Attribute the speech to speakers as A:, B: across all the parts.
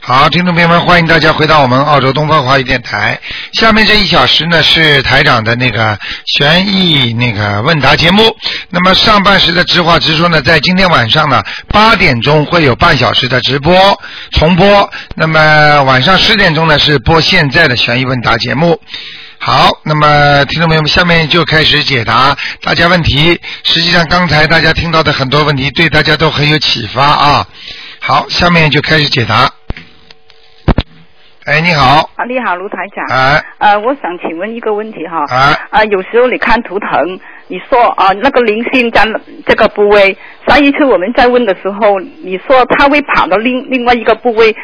A: 好，听众朋友们，欢迎大家回到我们澳洲东方华语电台。下面这一小时呢是台长的那个悬疑那个问答节目。那么上半时的直话直说呢，在今天晚上呢八点钟会有半小时的直播重播。那么晚上十点钟呢是播现在的悬疑问答节目。好，那么听众朋友们，下面就开始解答大家问题。实际上，刚才大家听到的很多问题，对大家都很有启发啊。好，下面就开始解答。哎，你好，
B: 啊，你好，卢台长。
A: 哎，
B: 呃，我想请问一个问题哈。
A: 哎
B: 啊，有时候你看图腾，你说啊，那个灵性在这个部位。上一次我们在问的时候，你说它会跑到另另外一个部位，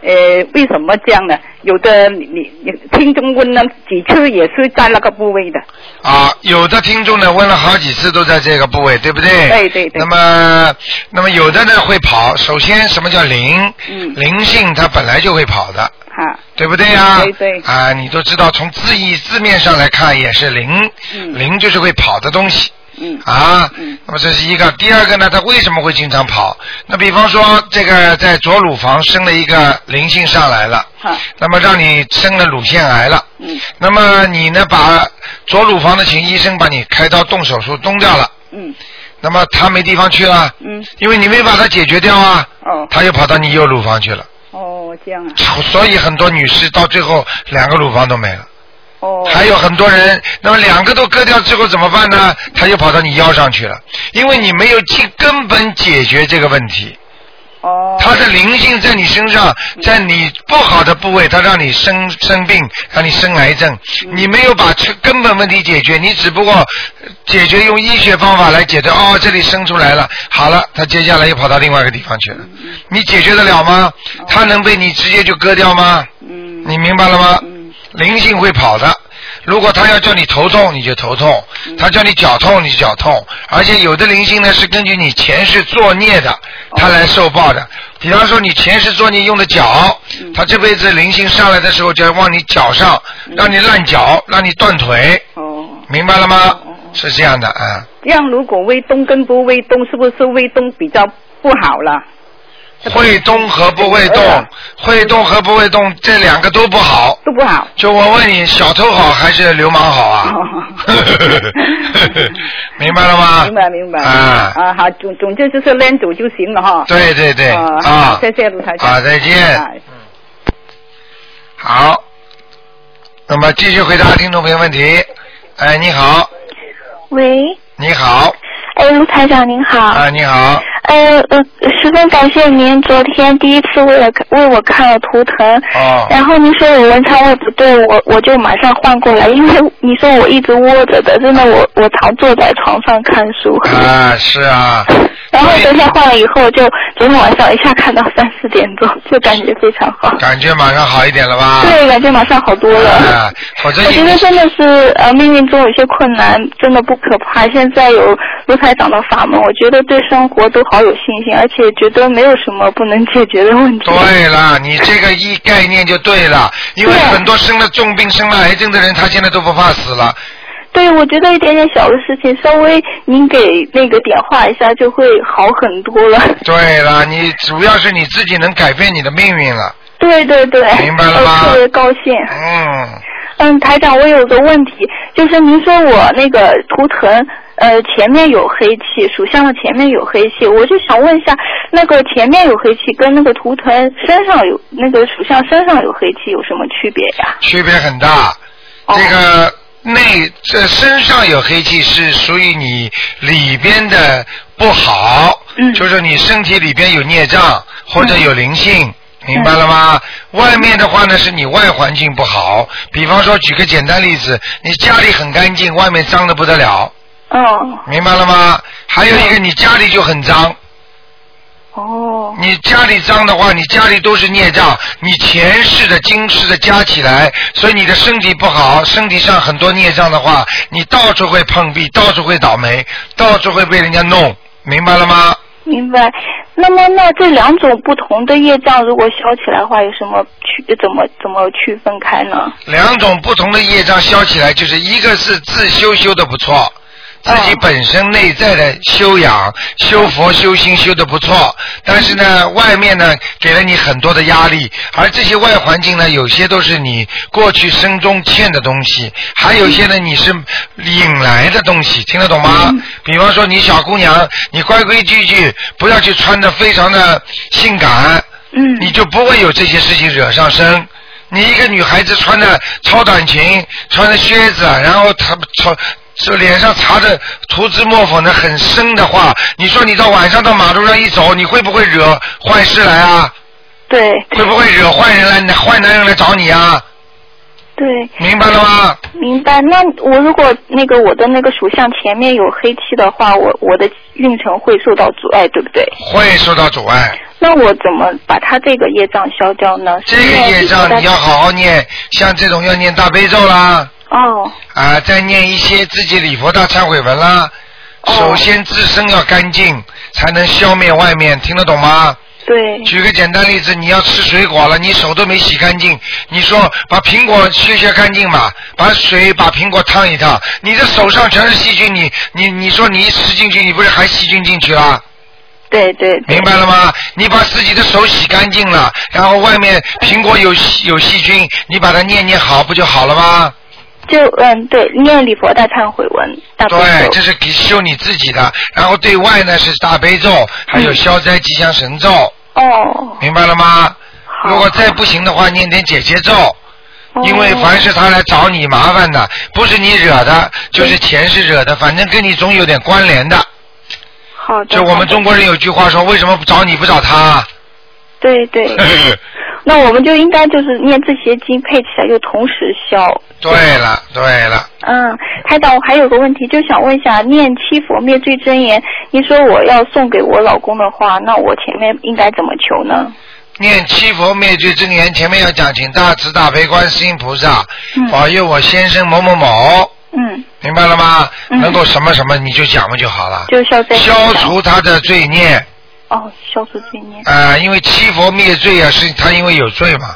B: 呃，为什么这样呢？有的你你你听众问了几次也是在那个部位的。
A: 啊，有的听众呢问了好几次都在这个部位，对不对？
B: 对对对
A: 那么，那么有的呢会跑。首先，什么叫灵？
B: 嗯
A: 灵性它本来就会跑的，
B: 哈、
A: 对不对呀、啊？
B: 对对
A: 啊，你都知道，从字义字面上来看也是灵，
B: 嗯
A: 灵就是会跑的东西。
B: 嗯
A: 啊
B: 嗯，
A: 那么这是一个。第二个呢，他为什么会经常跑？那比方说，这个在左乳房生了一个灵性上来了，
B: 哈、
A: 那么让你生了乳腺癌了。
B: 嗯
A: 那么你呢，把左乳房的请医生把你开刀动手术动掉了，
B: 嗯
A: 那么他没地方去了，
B: 嗯，
A: 因为你没把它解决掉啊，
B: 哦
A: 他又跑到你右乳房去了，
B: 哦，这样啊，
A: 所以很多女士到最后两个乳房都没了。
B: 哦
A: 还有很多人，那么两个都割掉之后怎么办呢？他又跑到你腰上去了，因为你没有去根本解决这个问题。
B: 哦，嗯
A: 他的灵性在你身上，在你不好的部位，他让你生生病，让你生癌症。
B: 嗯
A: 你没有把这根本问题解决，你只不过解决用医学方法来解决。哦，这里生出来了，好了，他接下来又跑到另外一个地方去了。你解决得了吗？他能被你直接就割掉吗？
B: 嗯
A: 你明白了吗？
B: 嗯
A: 灵性会跑的。如果他要叫你头痛，你就头痛；他叫你脚痛，你就脚痛。而且有的灵性呢是根据你前世作孽的，他来受报的。比方说你前世作孽用的脚，他这辈子灵性上来的时候就要往你脚上，让你烂脚，让你断腿，
B: 哦，
A: 明白了吗
B: 哦哦哦？
A: 是这样的啊、
B: 这样如果微动跟不微动，是不是微动比较不好了？
A: 会动和不会动，会动和不会动这两个都不好。
B: 都不好。
A: 就我问你，小偷好还是流氓好 啊？明白了吗？
B: 哦明白明白
A: 啊，
B: 啊，好，总总之就是练走就行了哈。
A: 对对对，
B: 啊
A: 啊，
B: 谢谢卢台长。
A: 啊再见
B: 哎
A: 好。那么继续回答听众朋友问题。哎，你好，
C: 喂，
A: 你好，
C: 哎，卢台长您好，
A: 啊，你好，
C: 呃呃，十分感谢您呃昨天第一次为了为我看了图腾，
A: 哦，
C: 然后您说我文昌位不对，我我就马上换过来，因为你说我一直窝着的，真的我我常坐在床上看书，
A: 啊，是啊，
C: 然后昨天换了以后就，昨天晚上一下看到三四点钟，就感觉非常好，
A: 感觉马上好一点了吧？
C: 对，感觉马上好多了。
A: 啊，否则
C: 我觉得
A: 你
C: 真的是呃，命运中有些困难真的不可怕。现在有卢台长的法门，我觉得对生活都好有信心，而且觉得没有什么不能解决的问题。
A: 对了，你这个一概念就对了，因为
C: 对
A: 很多生了重病、生了癌症的人，他现在都不怕死了。
C: 对，我觉得一点点小的事情，稍微您给那个点化一下，就会好很多了。
A: 对了，你主要是你自己能改变你的命运了。
C: 对对对，
A: 明白了吗
C: 我特别高兴。
A: 嗯，
C: 嗯，台长，我有个问题，就是您说我那个图腾，呃，前面有黑气，属相的前面有黑气，我就想问一下，那个前面有黑气跟那个图腾身上有那个属相身上有黑气有什么区别呀？
A: 区别很大。
C: 哦
A: 这个内这身上有黑气是属于你里边的不好，
C: 嗯
A: 就是你身体里边有孽障或者有灵
C: 嗯
A: 性。明白了吗？外面的话呢，是你外环境不好。比方说，举个简单例子，你家里很干净，外面脏的不得了，
C: 哦
A: 明白了吗？还有一个，你家里就很脏，
C: 哦
A: 你家里脏的话，你家里都是孽障，你前世的、今世的加起来，所以你的身体不好，身体上很多孽障的话，你到处会碰壁，到处会倒霉，到处会被人家弄，明白了吗？
C: 明白。那么那这两种不同的业障，如果消起来的话，有什么区怎么怎么区分开呢？
A: 两种不同的业障消起来，就是一个是自修修的不错，自己本身内在的修养、修佛、修心修的不错，但是呢，外面呢给了你很多的压力，而这些外环境呢，有些都是你过去生中欠的东西，还有些呢你是引来的东西，听得懂吗？比方说你小姑娘，你规规矩矩，不要去穿的非常的性感，
C: 嗯
A: 你就不会有这些事情惹上身。你一个女孩子穿着超短裙，穿着靴子，然后她穿。这脸上擦着涂脂抹粉的很深的话，你说你到晚上到马路上一走，你会不会惹坏事来啊？
C: 对
A: 会不会惹坏人来？坏男人来找你啊？
C: 对，
A: 明白了吗？
C: 明白。那我如果那个我的那个属相前面有黑气的话，我我的运程会受到阻碍，对不对？
A: 会受到阻碍。
C: 那我怎么把他这个业障消掉呢？
A: 这
C: 是
A: 个
C: 念
A: 业
C: 一直
A: 障
C: 在
A: 你要好好念，像这种要念大悲咒啦，
C: 哦
A: 啊，再念一些自己礼佛大忏悔文啦。
C: 哦
A: 首先自身要干净，才能消灭外面，听得懂吗？
C: 对
A: 举个简单例子，你要吃水果了，你手都没洗干净，你说把苹果削削干净吧，把水把苹果烫一烫，你这手上全是细菌，你你你说你一吃进去，你不是还细菌进去了？
C: 对对对
A: 明白了吗？你把自己的手洗干净了，然后外面苹果有细有细菌，你把它念念好，不就好了吗？
C: 就嗯对，念礼佛大忏悔文大悲
A: 对，
C: 咒
A: 这是给修你自己的，然后对外呢是大悲咒，还有消灾吉祥神咒，
C: 嗯哦，
A: 明白了吗？
C: 好
A: 如果再不行的话，念点姐姐咒。
C: 哦
A: 因为凡是他来找你麻烦的，不是你惹的，就是前世惹的，反正跟你总有点关联的。
C: 好的，
A: 就我
C: 好
A: 们
C: 的
A: 中国人有句话说，为什么不找你不找他？
C: 对对， 那我们就应该就是念这些经配起来就同时消。
A: 对了，对了，
C: 嗯，台长，我还有个问题，就想问一下，念七佛灭罪真言，你说我要送给我老公的话，那我前面应该怎么求呢？
A: 念七佛灭罪真言，前面要讲，请大慈大悲观世音菩萨
C: 嗯
A: 保佑我先生某某某，
C: 嗯，
A: 明白了吗？
C: 嗯
A: 能够什么什么你就讲嘛就好了，
C: 就消灾吉
A: 消
C: 祥
A: 除他的罪孽
C: 哦，消除罪孽。
A: 啊、因为七佛灭罪啊，是他因为有罪嘛。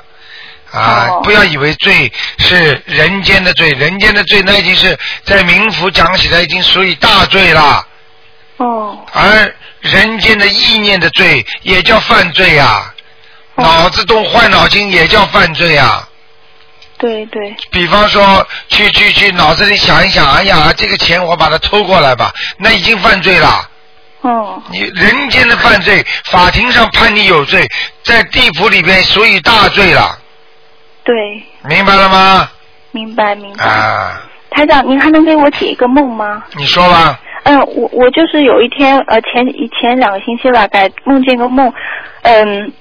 A: 啊，
C: 哦
A: 不要以为罪是人间的罪，人间的罪那已经是在冥府讲起来已经属于大罪了，
C: 哦
A: 而人间的意念的罪也叫犯罪啊，
C: 哦
A: 脑子动坏脑筋也叫犯罪啊。
C: 对对，
A: 比方说，去去去，脑子里想一想，哎呀，这个钱我把它偷过来吧，那已经犯罪了。
C: 哦
A: 你人间的犯罪，法庭上判你有罪，在地府里边属于大罪了，
C: 对，
A: 明白了吗？
C: 明白明白。
A: 啊，
C: 台长，您还能给我解一个梦吗？
A: 你说吧，
C: 嗯，我我就是有一天，呃，前以前两个星期吧，该梦见个梦，嗯，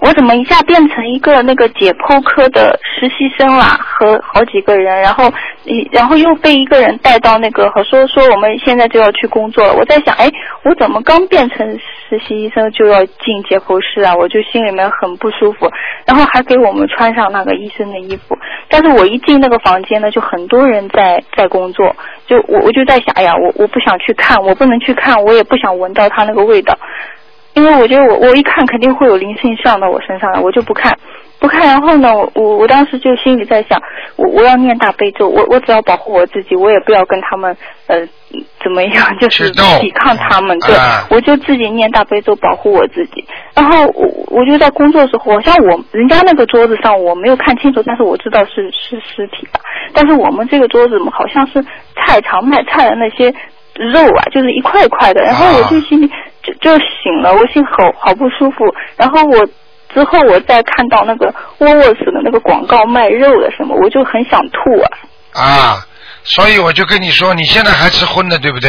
C: 我怎么一下变成一个那个解剖科的实习生啦，和好几个人，然后，一然后又被一个人带到那个，和说说我们现在就要去工作了。我在想，哎，我怎么刚变成实习医生就要进解剖室啊？我就心里面很不舒服，然后还给我们穿上那个医生的衣服。但是我一进那个房间呢，就很多人在在工作，就我我就在想，哎呀，我我不想去看，我不能去看，我也不想闻到他那个味道，因为我觉得我我一看肯定会有灵性上到我身上来，我就不看。不看，然后呢，我我我当时就心里在想，我我要念大悲咒，我我只要保护我自己，我也不要跟他们呃怎么样，就是
A: 去斗
C: 抵抗他们，对，
A: 啊
C: 我就自己念大悲咒保护我自己。然后我我就在工作的时候，好像我人家那个桌子上我没有看清楚，但是我知道是是尸体吧。但是我们这个桌子嘛，好像是菜场卖菜的那些肉啊，就是一块一块的。然后我就心里就就醒了，我心好好不舒服。然后我之后我再看到那个沃沃斯的那个广告卖肉的什么，我就很想吐啊。
A: 啊，所以我就跟你说，你现在还吃荤的，对不对？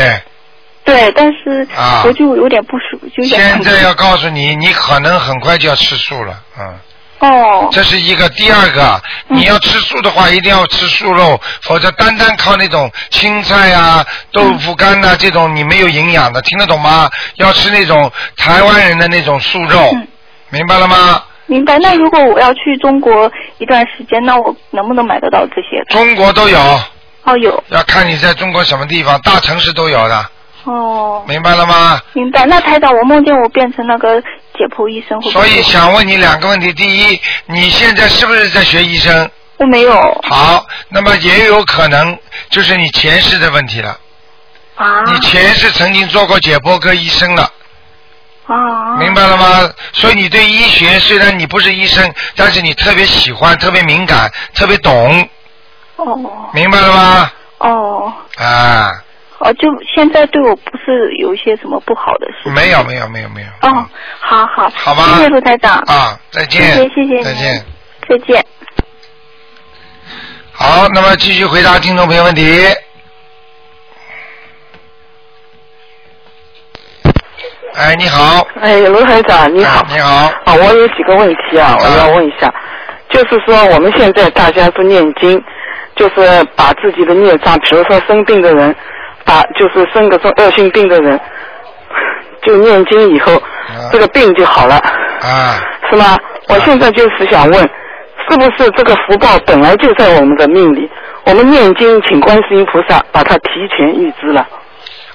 C: 对，但是
A: 啊
C: 我就有点不舒服，就有点
A: 现
C: 很
A: 在要告诉你，你可能很快就要吃素了，嗯，
C: 哦嗯
A: 这是一个。第二个，你要吃素的话，一定要吃素肉，否则单单靠那种青菜啊、
C: 嗯
A: 豆腐干呐、这种，你没有营养的，听得懂吗？要吃那种台湾人的那种素肉，
C: 嗯
A: 明白了吗？
C: 明白。那如果我要去中国一段时间，那我能不能买得到这些？
A: 中国都有，
C: 哦，有
A: 要看你在中国什么地方，大城市都有的。
C: 哦，
A: 明白了吗？
C: 明白。那台长，我梦见我变成那个解剖医生，会不
A: 所
C: 会
A: 以想问你两个问题：第一，你现在是不是在学医生？
C: 我没有
A: 好，那么也有可能就是你前世的问题了。
C: 啊
A: 你前世曾经做过解剖科医生了，
C: 啊，
A: 明白了吗？所以你对医学虽然你不是医生，但是你特别喜欢，特别敏感，特别懂，
C: 哦
A: 明白了吗？
C: 哦
A: 啊，
C: 哦，就现在对我不是有一些什么不好的事？
A: 没有没有没有没有。
C: 哦，好好，
A: 好吧
C: 谢谢卢台长，
A: 啊，再见。
C: 谢谢谢谢您
A: 再见。
C: 再见。
A: 好，那么继续回答听众朋友问题。哎，你好，
D: 哎，卢台长你好
A: 啊，你好，
D: 啊，我有几个问题啊，我要问一下，就是说我们现在大家都念经，就是把自己的孽障，比如说生病的人，把就是生个重恶性病的人，就念经以后，这个病就好了，
A: 啊，
D: 是吗？我现在就是想问，是不是这个福报本来就在我们的命里，我们念经请观世音菩萨把它提前预知了，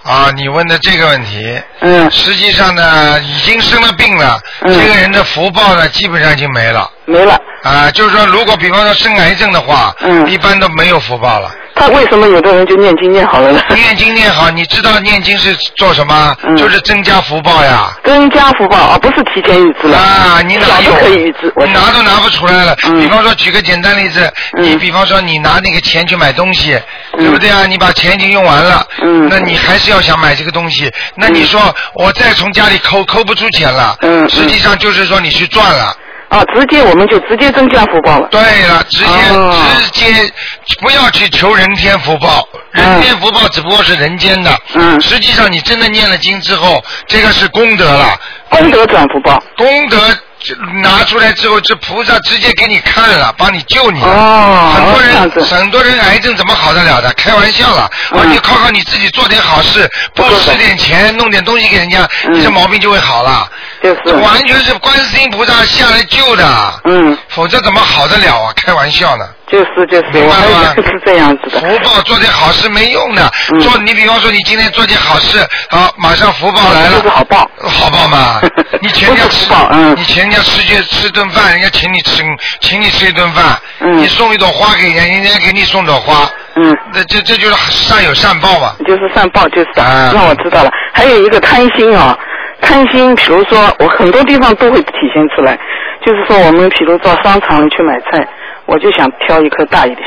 A: 啊，你问的这个问题，
D: 嗯，
A: 实际上呢，已经生了病了，
D: 嗯
A: 这个人的福报呢，基本上已经没了。
D: 没了，
A: 啊，就是说，如果比方说生癌症的话，
D: 嗯
A: 一般都没有福报 了。
D: 他为什么有的人就念经念好了呢？
A: 念经念好，你知道念经是做什么？
D: 嗯
A: 就是增加福报呀。
D: 增加福报啊，不是提前预知了
A: 啊，你哪
D: 早
A: 有
D: 就？可以预知，我
A: 你拿都拿不出来了。
D: 嗯
A: 比方说，举个简单例子，
D: 嗯
A: 你比方说你拿那个钱去买东西，
D: 嗯
A: 对不对啊？你把钱已经用完了，
D: 嗯
A: 那你还是要想买这个东西，那你说我再从家里抠抠不出钱了，
D: 嗯嗯
A: 实际上就是说你去赚了。
D: 啊，直接我们就直接增加福报了。
A: 对了，直接、
D: 哦
A: 直接不要去求人天福报，
D: 嗯
A: 人天福报只不过是人间的。
D: 嗯
A: 实际上你真的念了经之后，这个是功德了，
D: 功德转福报。
A: 功德这拿出来之后，这菩萨直接给你看了，帮你救你了。很
D: 哦，
A: 多
D: 这样子
A: 人，。很多人癌症怎么好得了的？开玩笑了，
D: 嗯
A: 啊，你靠靠你自己做点好事，布施点钱，弄点东西给人家，
D: 嗯
A: 你这毛病就会好了。
D: 就是
A: 这完全是观世音菩萨下来救的，
D: 嗯，
A: 否则怎么好得了啊？ 开玩笑呢。
D: 就是就是，
A: 明
D: 我
A: 白吗
D: 还以为是这样子的。
A: 福报做点好事没用的，
D: 嗯
A: 做你比方说你今天做点好事，好，马上福报来了，
D: 这是好报。？
A: 好报嘛 你请人家
D: 不是
A: 吃
D: 福报，嗯
A: 你请人家吃去吃顿饭，人家请你吃，请你吃一顿饭，
D: 嗯
A: 你送一朵花给人家，人家给你送朵花，
D: 嗯，
A: 那这这就是善有善报嘛。
D: 就是善报就是的
A: 啊。
D: 那我知道了。还有一个贪心啊，贪心，比如说我很多地方都会体现出来，就是说我们比如到商场里去买菜，我就想挑一颗大一点，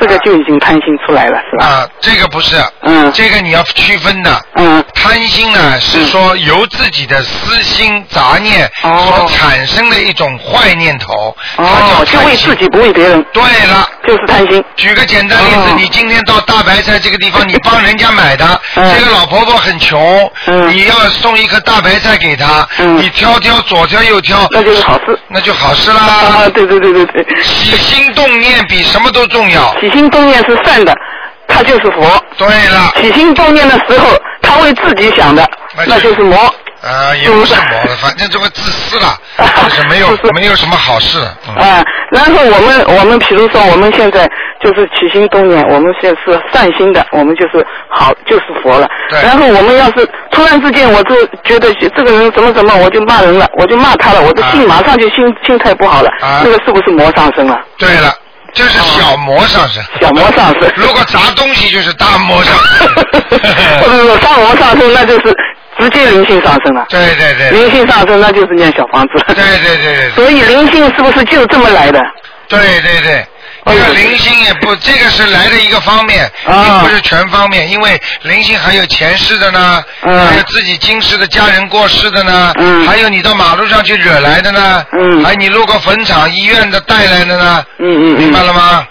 D: 这个就已经贪心出来了，是吧？
A: 啊，这个不是，
D: 嗯
A: 这个你要区分的。
D: 嗯
A: 贪心呢，是说由自己的私心杂念
D: 哦
A: 所产生的一种坏念头，它叫
D: 哦，就
A: 贪
D: 为
A: 心
D: 自己不为别人，
A: 对了，
D: 就是贪心。
A: 举个简单例子，
D: 哦
A: 你今天到大白菜这个地方，你帮人家买的，
D: 嗯
A: 这个老婆婆很穷，
D: 嗯
A: 你要送一颗大白菜给她，
D: 嗯
A: 你挑挑左挑右挑，
D: 那就是好事。
A: 那就好事
D: 啊，
A: 啦。
D: 对对对对对，
A: 起心动念比什么都重要。
D: 起心动念是善的，它就是佛；
A: 对了，
D: 起心动念的时候，他为自己想的，
A: 那
D: 那
A: 就
D: 就是是魔。
A: 呃，也不是魔了，反正这个自私了，就是没有
D: 自私
A: 没有什么好事。嗯，
D: 啊、然后我们我们比如说我们现在就是起心动念，我们现在是善心的，我们就是好就是佛了。
A: 对
D: 然后我们要是突然之间我就觉得这个人怎么怎么，我就骂人了，我就骂他了，我的
A: 啊
D: 心马上就心、心态不好了，
A: 啊
D: 这个是不是魔上身了？
A: 对了，这是小魔上身。
D: 哦小魔上身。
A: 如果砸东西就是大魔上身。
D: 或者是上楼上升，那就是直接灵性上升了。
A: 对对对。
D: 灵性上升，那就是念小房子了。
A: 对对对对对
D: 所以灵性是不是就这么来的？
A: 对对对。
D: 哦
A: 这个灵性也不，这个是来的一个方面，
D: 啊
A: 并不是全方面，因为灵性还有前世的呢，
D: 嗯
A: 还有自己今世的家人过世的呢，
D: 嗯
A: 还有你到马路上去惹来的呢，
D: 嗯
A: 还有你路过坟场、医院的带来的呢，
D: 嗯嗯嗯。
A: 明白了吗？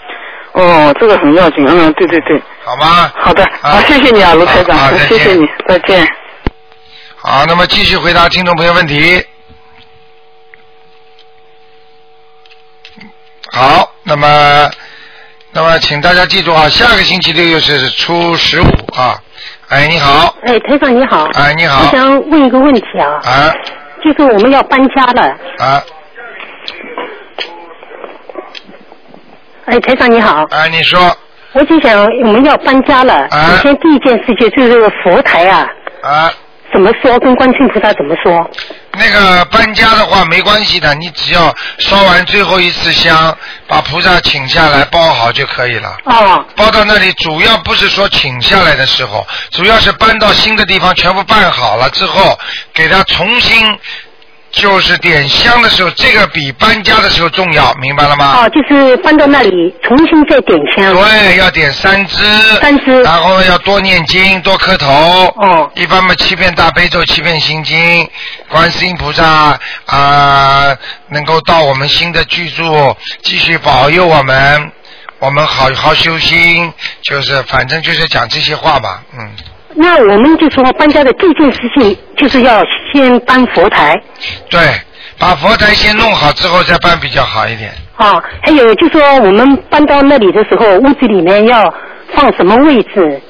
D: 哦，这个很要紧。嗯，对对对。
A: 好吗？
D: 好的，
A: 啊
D: 好，谢谢你啊，卢台长
A: 好好，再
D: 谢
A: 见
D: 谢你，再见。
A: 好，那么继续回答听众朋友问题。好，那么，那么请大家记住啊，下个星期六又是初十五啊。哎，你好，
E: 哎，台长你好。
A: 哎，你
E: 我
A: 好，
E: 想问一个问题啊，
A: 啊
E: 就是我们要搬家了。
A: 啊
E: 哎，台长你好。
A: 啊，你说，
E: 我就想我们要搬家了，
A: 啊
E: 首先第一件事情就是这个佛台啊，
A: 啊，
E: 怎么说跟观世音菩萨怎么说？
A: 那个搬家的话没关系的，你只要烧完最后一次香，把菩萨请下来包好就可以了。
E: 哦
A: 包到那里，主要不是说请下来的时候，主要是搬到新的地方，全部办好了之后，给他重新就是点香的时候，这个比搬家的时候重要，明白了吗？
E: 哦，就是搬到那里重新再点香。
A: 对，要点三支，
E: 三支
A: 然后要多念经，多磕头。
E: 哦
A: 一般嘛，七遍大悲咒，七遍心经，观世音菩萨啊、能够到我们新的居住，继续保佑我们，我们好好修心，就是反正就是讲这些话吧，嗯，
E: 那我们就说搬家的第一件事情就是要先搬佛台。
A: 对，把佛台先弄好之后再办比较好一点。
E: 哦，还有就说我们搬到那里的时候，屋子里面要放什么位置？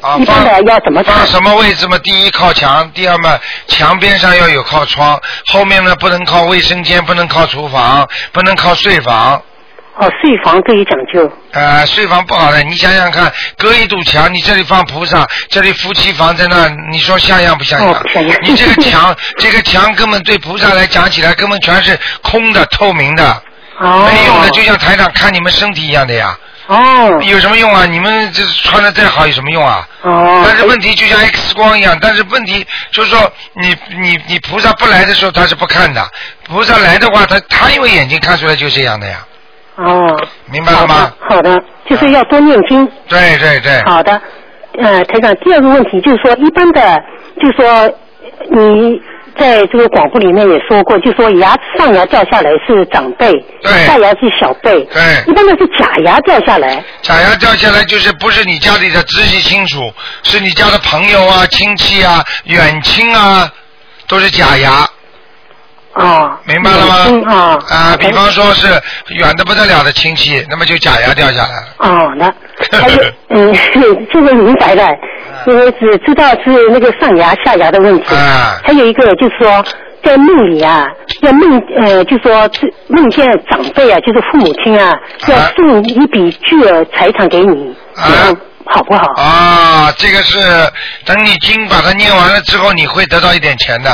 A: 啊，
E: 一般的
A: 放
E: 要怎么看
A: 放什么位置嘛？第一靠墙，第二嘛墙边上要有靠窗，后面呢不能靠卫生间，不能靠厨房，不能靠睡房。
E: 哦，睡房这一讲究。
A: 呃，睡房不好的，你想想看，隔一堵墙，你这里放菩萨，这里夫妻房在那，你说像样不像样？
E: 哦不像样
A: 你这个墙，这个墙根本对菩萨来讲起来，根本全是空的、透明的，
E: 哦。
A: 没用的，就像台长看你们身体一样的呀，
E: 哦
A: 有什么用啊？你们这穿的再好有什么用啊？
E: 哦。
A: 但是问题就像 X 光一样，但是问题就是说你，你你菩萨不来的时候他是不看的，菩萨来的话，他他因为眼睛看出来就这样的呀，
E: 哦。
A: 明白
E: 好
A: 了
E: 的
A: 吗？啊
E: 好的，就是要多念经。
A: 对对对，
E: 好的，呃，台长，第二个问题就是说，一般的，就是说你在这个广播里面也说过，就说牙上牙掉下来是长辈，
A: 对
E: 下牙是小辈，
A: 对
E: 一般的是假牙掉下来，
A: 假牙掉下来就是不是你家里的直系亲属，是你家的朋友啊、亲戚啊、远亲啊，都是假牙。
E: 啊，
A: 明白了吗？
E: 嗯啊，
A: 啊，比方
E: 说，
A: 说是远的不得了的亲戚，那么就假牙掉下来啊了。
E: 哦，那 还有，嗯， 这个明白
A: 啊
E: 了，因为只知道是那个上牙下牙的问题，
A: 啊
E: 还有一个就是说，在梦里啊，要梦呃，就说这梦见长辈啊，就是父母亲啊，要
A: 啊
E: 送一笔巨额财产给你，
A: 啊
E: 这样嗯好不好？
A: 啊，这个是等你经把它念完了之后，你会得到一点钱的。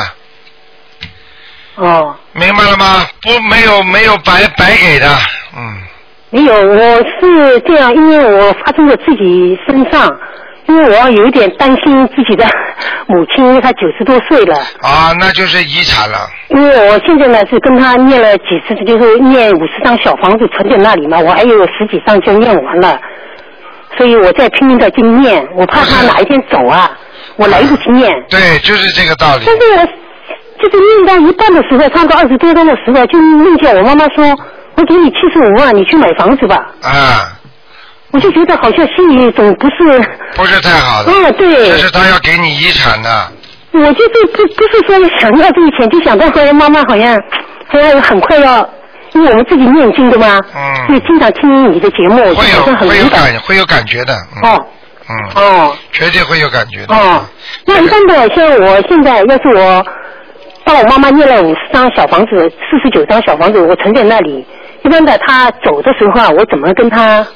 E: 哦，
A: 明白了吗？不，没有没有白白给的，嗯，
E: 没有，我是这样，因为我发生在自己身上，因为我有一点担心自己的母亲，因为她九十多岁了，
A: 啊，那就是遗产了，
E: 因为我现在呢是跟她念了几次，就是念五十张小房子存在那里嘛，我还有十几张就念完了，所以我在拼命的去念，我怕她哪一天走啊，我来不及念，
A: 对，就是这个道理
E: 但。是我就是念到一半的时候，唱到二十多章的时候，就梦见我妈妈说，我给你七十五万，你去买房子吧。
A: 啊，
E: 我就觉得好像心里总不是，
A: 不是太好的，
E: 啊，对
A: 这，是他要给你遗产的，
E: 我就是不不是说想要这一钱，就想到后来妈妈好像好像很快要，因为我们自己念经的嘛，
A: 嗯
E: 所以经常听你的节目，
A: 会
E: 就好
A: 有
E: 像很
A: 会有
E: 敏感。
A: 感会有感觉的，嗯
E: 哦
A: 嗯，
E: 哦
A: 绝对会有感觉的。
E: 哦，那一般的像我现在，要是我帮我妈妈念了五十张小房子，四十九张小房子，我存在那里。一般的，她走的时候啊，我怎么跟她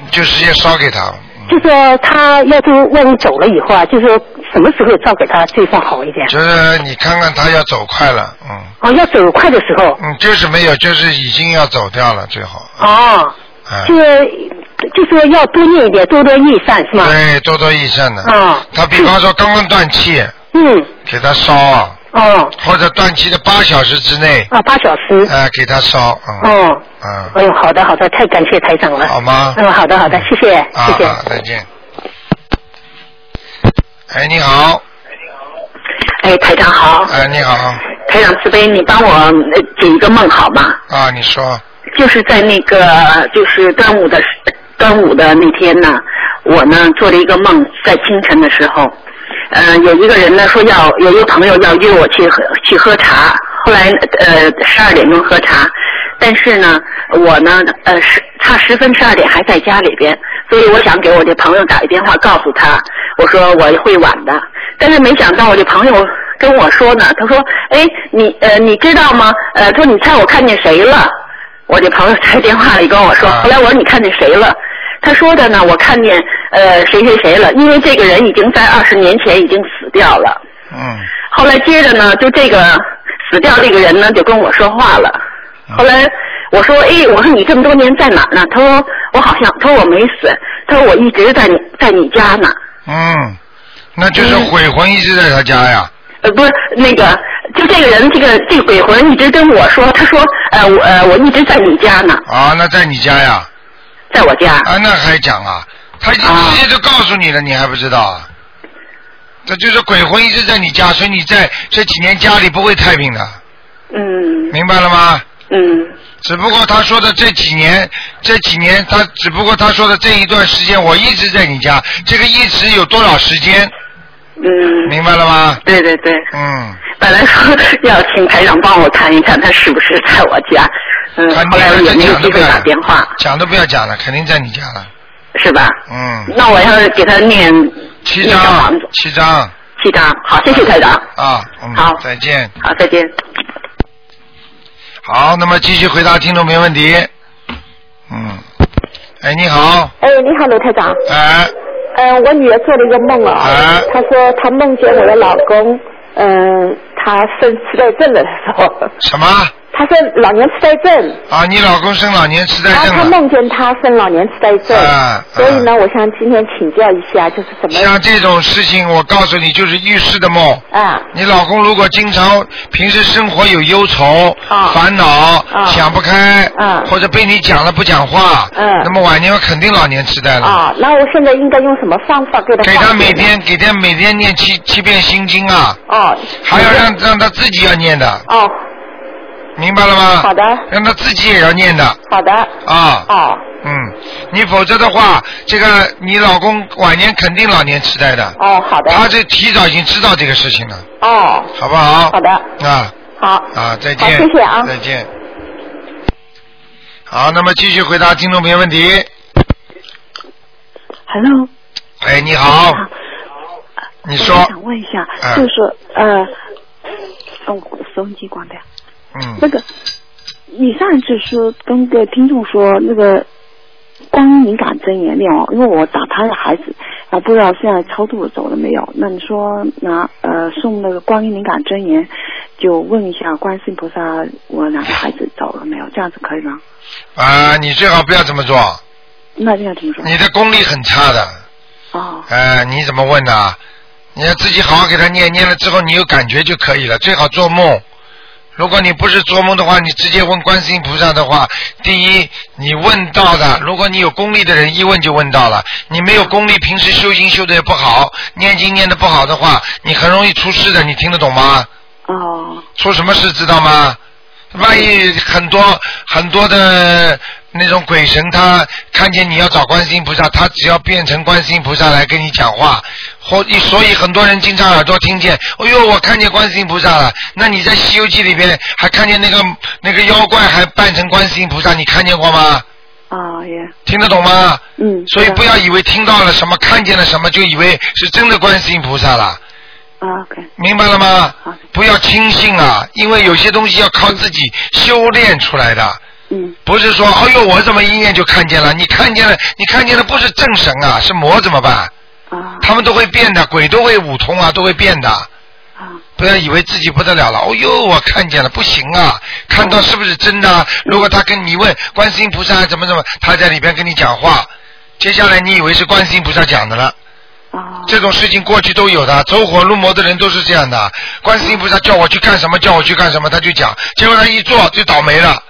A: 你就直接烧给他，嗯
E: 就说他要是万一走了以后啊，就说什么时候照给他最算好一点？
A: 就是你看看他要走快了，嗯
E: 哦，要走快的时候，
A: 嗯，就是没有，就是已经要走掉了，最后，
E: 哦，
A: 啊，
E: 就是就说要多念一点，多多益善是吗？
A: 对，多多益善的。
E: 哦，
A: 他比方说刚刚断气，
E: 嗯，
A: 给他烧啊，
E: 哦，
A: 或者断气的八小时之内，
E: 啊，八小时，
A: 呃，给他烧，嗯，
E: 哦，
A: 嗯，
E: 哎呦，好的好的，太感谢台长了。
A: 好吗？
E: 嗯，好的好的，谢谢
A: 啊，
E: 谢谢。
A: 好再见。哎，你好，
F: 哎，台长好，
A: 哎，你好，
F: 台长慈悲，你帮我呃解一个梦好吗？
A: 啊，你说，
F: 就是在那个就是端午的时端午的那天呢，我呢做了一个梦，在清晨的时候，呃，有一个人呢说要有一个朋友要约我去喝去喝茶，后来呃十二点钟喝茶，但是呢我呢呃十差十分十二点还在家里边，所以我想给我这朋友打一电话告诉他，我说我会晚的，但是没想到我这朋友跟我说呢，他说哎你呃你知道吗？呃他说你猜我看见谁了？我这朋友在电话里跟我说，
A: 啊
F: 后来我说你看见谁了？他他说的呢，我看见呃谁谁谁了，因为这个人已经在二十年前已经死掉了。
A: 嗯，
F: 后来接着呢，就这个死掉这个人呢，就跟我说话了。
A: 啊
F: 后来我说，哎，我说你这么多年在哪儿呢？他说我好像，他说我没死，他说我一直在你在你家呢。
A: 嗯，那就是鬼魂一直在他家呀。
F: 呃，不是那个，就这个人，这个这个鬼魂一直跟我说，他说，呃，我呃我一直在你家呢，
A: 啊，那在你家呀？
F: 在我家。
A: 啊，那还讲啊？他已经直接就告诉你了，你还不知道啊？这就是鬼魂一直在你家，所以你在这几年家里不会太平的，
F: 嗯
A: 明白了吗？
F: 嗯
A: 只不过他说的这几年，这几年他只不过他说的这一段时间，我一直在你家，这个一直有多少时间？
F: 嗯，
A: 明白了吗？
F: 对对对，
A: 嗯，
F: 本来说要请台长帮我看一看他是不是在我家，嗯
A: 他，
F: 后来我也没有机
A: 讲都不
F: 会
A: 要
F: 打电话，
A: 讲都不要讲了，肯定在你家了。
F: 是吧？
A: 嗯，
F: 那我要给他念
A: 七
F: 念小
A: 张
F: 房子，，
A: 七张
F: 七张。好，谢谢台长。
A: 啊，嗯
F: 好，
A: 再见。
F: 好，再见。
A: 好，那么继续回答听众没问题。嗯，哎，你好，
G: 哎，你好，卢台长。
A: 哎，
G: 嗯、我女儿做了一个梦啊
A: 啊，
G: 她说她梦见我的老公，嗯、他生痴呆症了，她说，
A: 什么
G: 她说老年痴呆症，
A: 啊？你老公生老年痴
G: 然
A: 呆
G: 后她
A: 症了？
G: 梦见他生老年痴呆症，
A: 哎啊
G: 所以呢，我想今天请教一下，就是怎么
A: 像这种事情，我告诉你，就是预示的梦。
G: 啊，
A: 你老公如果经常平时生活有忧愁、
G: 啊
A: 烦恼、
G: 啊
A: 想不开，
F: 啊
G: 嗯
A: 或者被你讲了不讲话，
G: 嗯
A: 那么晚年肯定老年痴呆了。
G: 啊，那我现在应该用什么方法给他
A: 给他
G: 化解
A: 每
G: 呢
A: 天给他每天念七七遍心经啊，
G: 哦，
A: 还要让让他自己要念的，
G: 哦，
A: 明白了吗？
G: 好的
A: 让他自己也要念的
G: 好的，
A: 啊。
G: 哦
A: 嗯，你否则的话，这个你老公晚年肯定老年痴呆的，
G: 哦，好的，
A: 他这提早已经知道这个事情了，
G: 哦，
A: 好不好？
G: 好的，
A: 啊
G: 好，
A: 啊，再
G: 好，
A: 见。
G: 谢谢啊，
A: 再见。好，那么继续回答听众朋友问题。
G: ，Hello，
A: 哎，你好，你说，
G: 想问一下
A: 嗯
G: 就是说呃，哦，收音机关掉。
A: 嗯
G: 那，个，你上一次说跟个听众说那个光阴敏感真言练哦，因为我打他的孩子，啊，不知道现在超度走了没有？那你说拿呃送那个光阴敏感真言，就问一下观世音菩萨，我哪个孩子走了没有？这样子可以吗？
A: 啊，你最好不要这么做，
G: 那应该怎么说？
A: 你的功力很差的，
G: 哦
A: 呃，你怎么问呢、你要自己好好给他念，念了之后你有感觉就可以了，最好做梦。如果你不是做梦的话，你直接问观世音菩萨的话，第一，你问到的，如果你有功力的人一问就问到了，你没有功力，平时修行修的也不好，念经念的不好的话，你很容易出事的，你听得懂吗？
G: 哦
A: 出什么事知道吗？万一很多很多的那种鬼神，他看见你要找观世音菩萨，他只要变成观世音菩萨来跟你讲话，或所以很多人经常耳朵听见，哎呦，我看见观世音菩萨了。那你在《西游记》里边还看见那个那个妖怪还扮成观世音菩萨，你看见过吗？
G: 啊耶，
A: 听得懂吗？
G: 嗯，
A: 所以
G: 知道
A: 不要以为听到了什么，看见了什么，就以为是真的观世音菩萨了。
G: 啊 OK
A: 明白了吗
G: 好的？
A: 不要轻信啊，因为有些东西要靠自己修炼出来的，
G: 嗯
A: 不是说哎呦我怎么一念就看见了，你看见了，你看见的不是正神啊，是魔怎么办？
G: 啊
A: 他们都会变的，鬼都会五通啊，都会变的。
G: 啊
A: 不要以为自己不得了了，哦呦，我看见了，不行啊！看到是不是真的啊？如果他跟你问观世音菩萨怎么怎么，他在里边跟你讲话，接下来你以为是观世音菩萨讲的了，
G: 啊
A: 这种事情过去都有的，走火入魔的人都是这样的。观世音菩萨叫我去干什么，叫我去干什么，他就讲，结果他一做就倒霉了，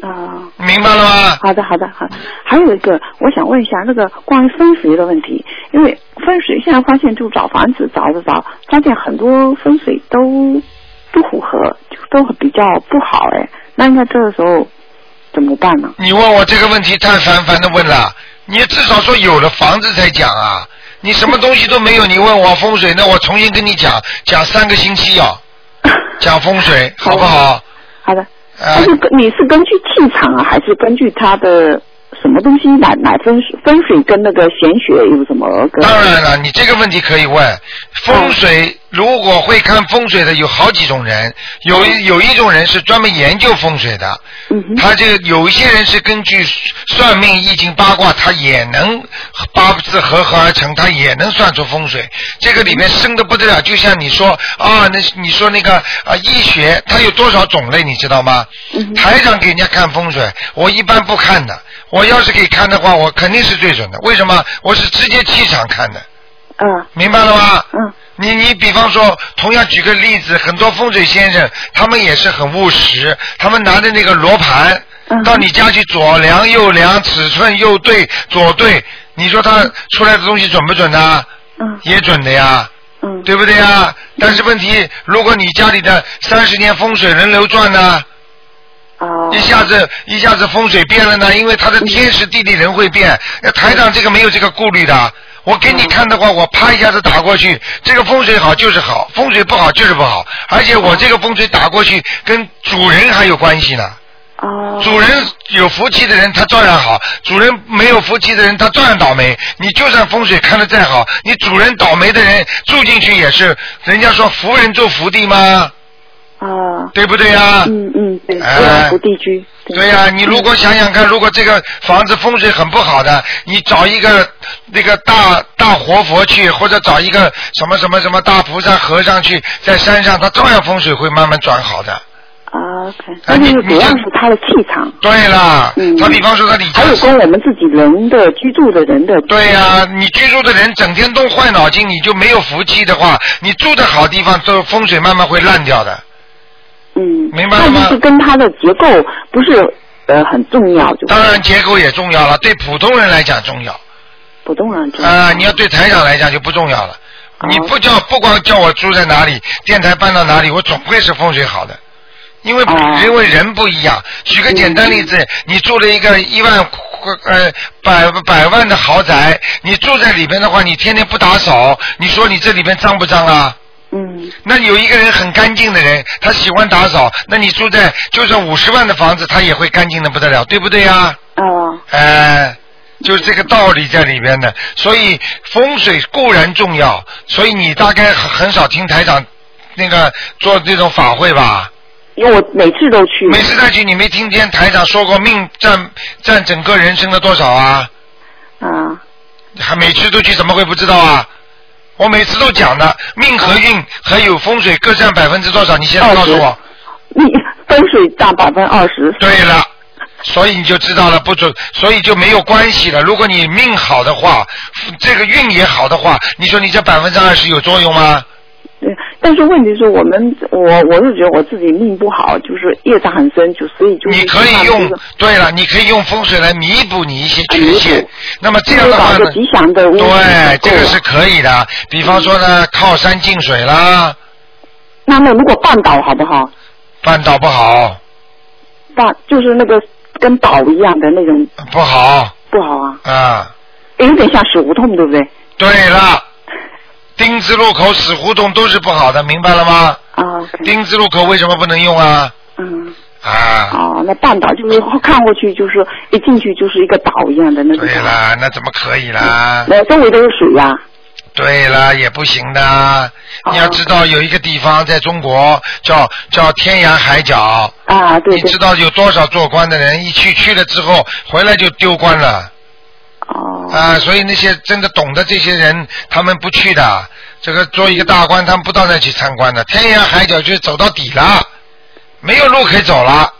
G: 啊。
A: 明白了吗？
G: 好的，好的，好的。还有一个，我想问一下那个关于风水的问题，因为风水现在发现，就找房子找着找，发现很多风水都不符合，就都很比较不好哎。那应该这个时候怎么办呢？
A: 你问我这个问题太烦烦的问了，你至少说有了房子才讲啊，你什么东西都没有，你问我风水，那我重新跟你讲，讲三个星期哦，讲风水好不好？
G: 好的，
A: 呃
G: 但，是根你是根据气场啊，还是根据它的什么东西来来分水风水跟那个玄学有什么个？
A: 当然了，你这个问题可以问，风水如果会看风水的有好几种人，有一有一种人是专门研究风水的，他这个有一些人是根据算命、易经、八卦，他也能八字合合而成，他也能算出风水。这个里面深的不得了，就像你说啊，那你说那个啊医学，它有多少种类，你知道吗？台长给人家看风水，我一般不看的，我要是给看的话，我肯定是最准的。为什么？我是直接气场看的。
G: 嗯，
A: 明白了吗？嗯，你你比方说，同样举个例子，很多风水先生，他们也是很务实，他们拿着那个罗盘，
G: 嗯
A: 到你家去左量右量，尺寸右对左对，你说他出来的东西准不准呢、
G: 嗯，
A: 也准的呀。
G: 嗯，
A: 对不对呀？但是问题，如果你家里的三十年风水轮流转呢？
G: 哦。
A: 一下子一下子风水变了呢，因为它的天时地利人会变。那台长这个没有这个顾虑的，我给你看的话，我啪一下子打过去，这个风水好就是好，风水不好就是不好。而且
G: 嗯
A: 我这个风水打过去跟主人还有关系呢。
G: 哦。
A: 主人有福气的人，他照样好；主人没有福气的人，他照样倒霉。你就算风水看得再好，你主人倒霉的人住进去也是，人家说福人住福地吗？
G: 啊，
A: 对不对呀
G: 嗯嗯，对，
A: 哎
G: 幸福地嗯居。
A: 对呀、嗯你如果想想看，如果这个房子风水很不好的，你找一个那个大大活佛去，或者找一个什么什么什么大菩萨和尚去，在山上，他照样风水会慢慢转好的。
G: 啊，OK，那
A: 呃
G: 就是主要是他的气场。
A: 对啦，
G: 嗯
A: 他比方说他李
G: 还有跟我们自己人的居住的人的嗯
A: 对呀、你居住的人整天动坏脑筋，你就没有福气的话，你住的好地方，都风水慢慢会烂掉的。
G: 嗯，
A: 明白
G: 那
A: 了
G: 就
A: 吗
G: 是？跟它的结构不是呃很重要，就
A: 当然结构也重要了，对普通人来讲重要。
G: 普通人重要。哦
A: 啊、你要对台长来讲就不重要了。你不叫不光叫我住在哪里，电台搬到哪里，我总归是风水好的，因为、
G: 哦
A: 因为人不一样。举个简单例子，
G: 嗯
A: 你住了一个一万呃百百万的豪宅，你住在里边的话，你天天不打扫，你说你这里边脏不脏啊？
G: 嗯，
A: 那有一个人很干净的人，他喜欢打扫，那你住在就算五十万的房子，他也会干净的不得了，对不对呀、
G: 哦，
A: 呃，就是这个道理在里边的。所以风水固然重要，所以你大概很很少听台长那个做这种法会吧？
G: 因为我每次都去。
A: 每次再去，你没听见台长说过命占占整个人生的多少啊？
G: 啊，
A: 还每次都去，怎么会不知道啊？我每次都讲的，命和运还有风水各占百分之多少？你现在告诉我。
G: 啊你风水占百分之二十。
A: 对了，所以你就知道了不准，所以就没有关系了。如果你命好的话，这个运也好的话，你说你这百分之二十有作用吗？
G: 对，呃但是问题是我们，我我是觉得我自己命不好，就是业障很深，就所以就是
A: 你可以用
G: 这个，
A: 对了，你可以用风水来弥补你一些缺
G: 哎
A: 陷。那么这样的话
G: 就
A: 呢
G: 是把这个？吉祥的屋子
A: 对，这
G: 够
A: 个
G: 了
A: 是可以的。
G: 嗯
A: 比方说呢，靠山进水啦，
G: 那么如果半岛好不好？
A: 半岛不好，
G: 半就是那个跟岛一样的那种
A: 不好
G: 不好啊，
A: 啊。
G: 有点像死胡同，对不对？
A: 对了，丁字路口、死胡同都是不好的，明白了吗？
G: 啊，
A: 丁字路口为什么不能用啊？
G: 嗯，
A: 啊。
G: 哦，那半岛就是看过去就是一进去就是一个岛一样的那种
A: 对
G: 岛，
A: 啦，啊那怎么可以啦？
G: 那周围都是水呀、
A: 对啦，也不行的。啊
G: 哦
A: 你要知道，有一个地方在中国叫叫天涯海角，
G: 啊，对
A: 你
G: 对
A: 知，道有多少做官的人一去去了之后回来就丢官了。
G: 哦，
A: 啊，所以那些真的懂得这些人，他们不去的。这个做一个大官，他们不到那去参观的。天涯海角就是走到底了，没有路可以走了，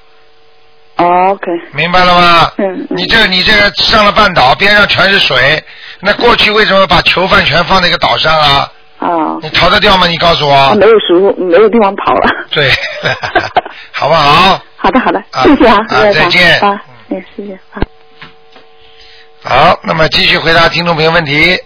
G: 哦，OK，
A: 明白了吗？
G: 嗯，嗯
A: 你这你这个上了半岛，边上全是水，那过去为什么把囚犯全放在一个岛上啊？
G: 哦
A: 你逃得掉吗？你告诉
G: 啊，
A: 我
G: 没。有食物，没有地方跑了。
A: 对， 好不好？
G: 好的，好的，
A: 啊
G: 谢谢啊，
A: 啊
G: 谢谢
A: 再见
G: 啊，嗯，谢谢啊。
A: 好，那么继续回答听众朋友问题。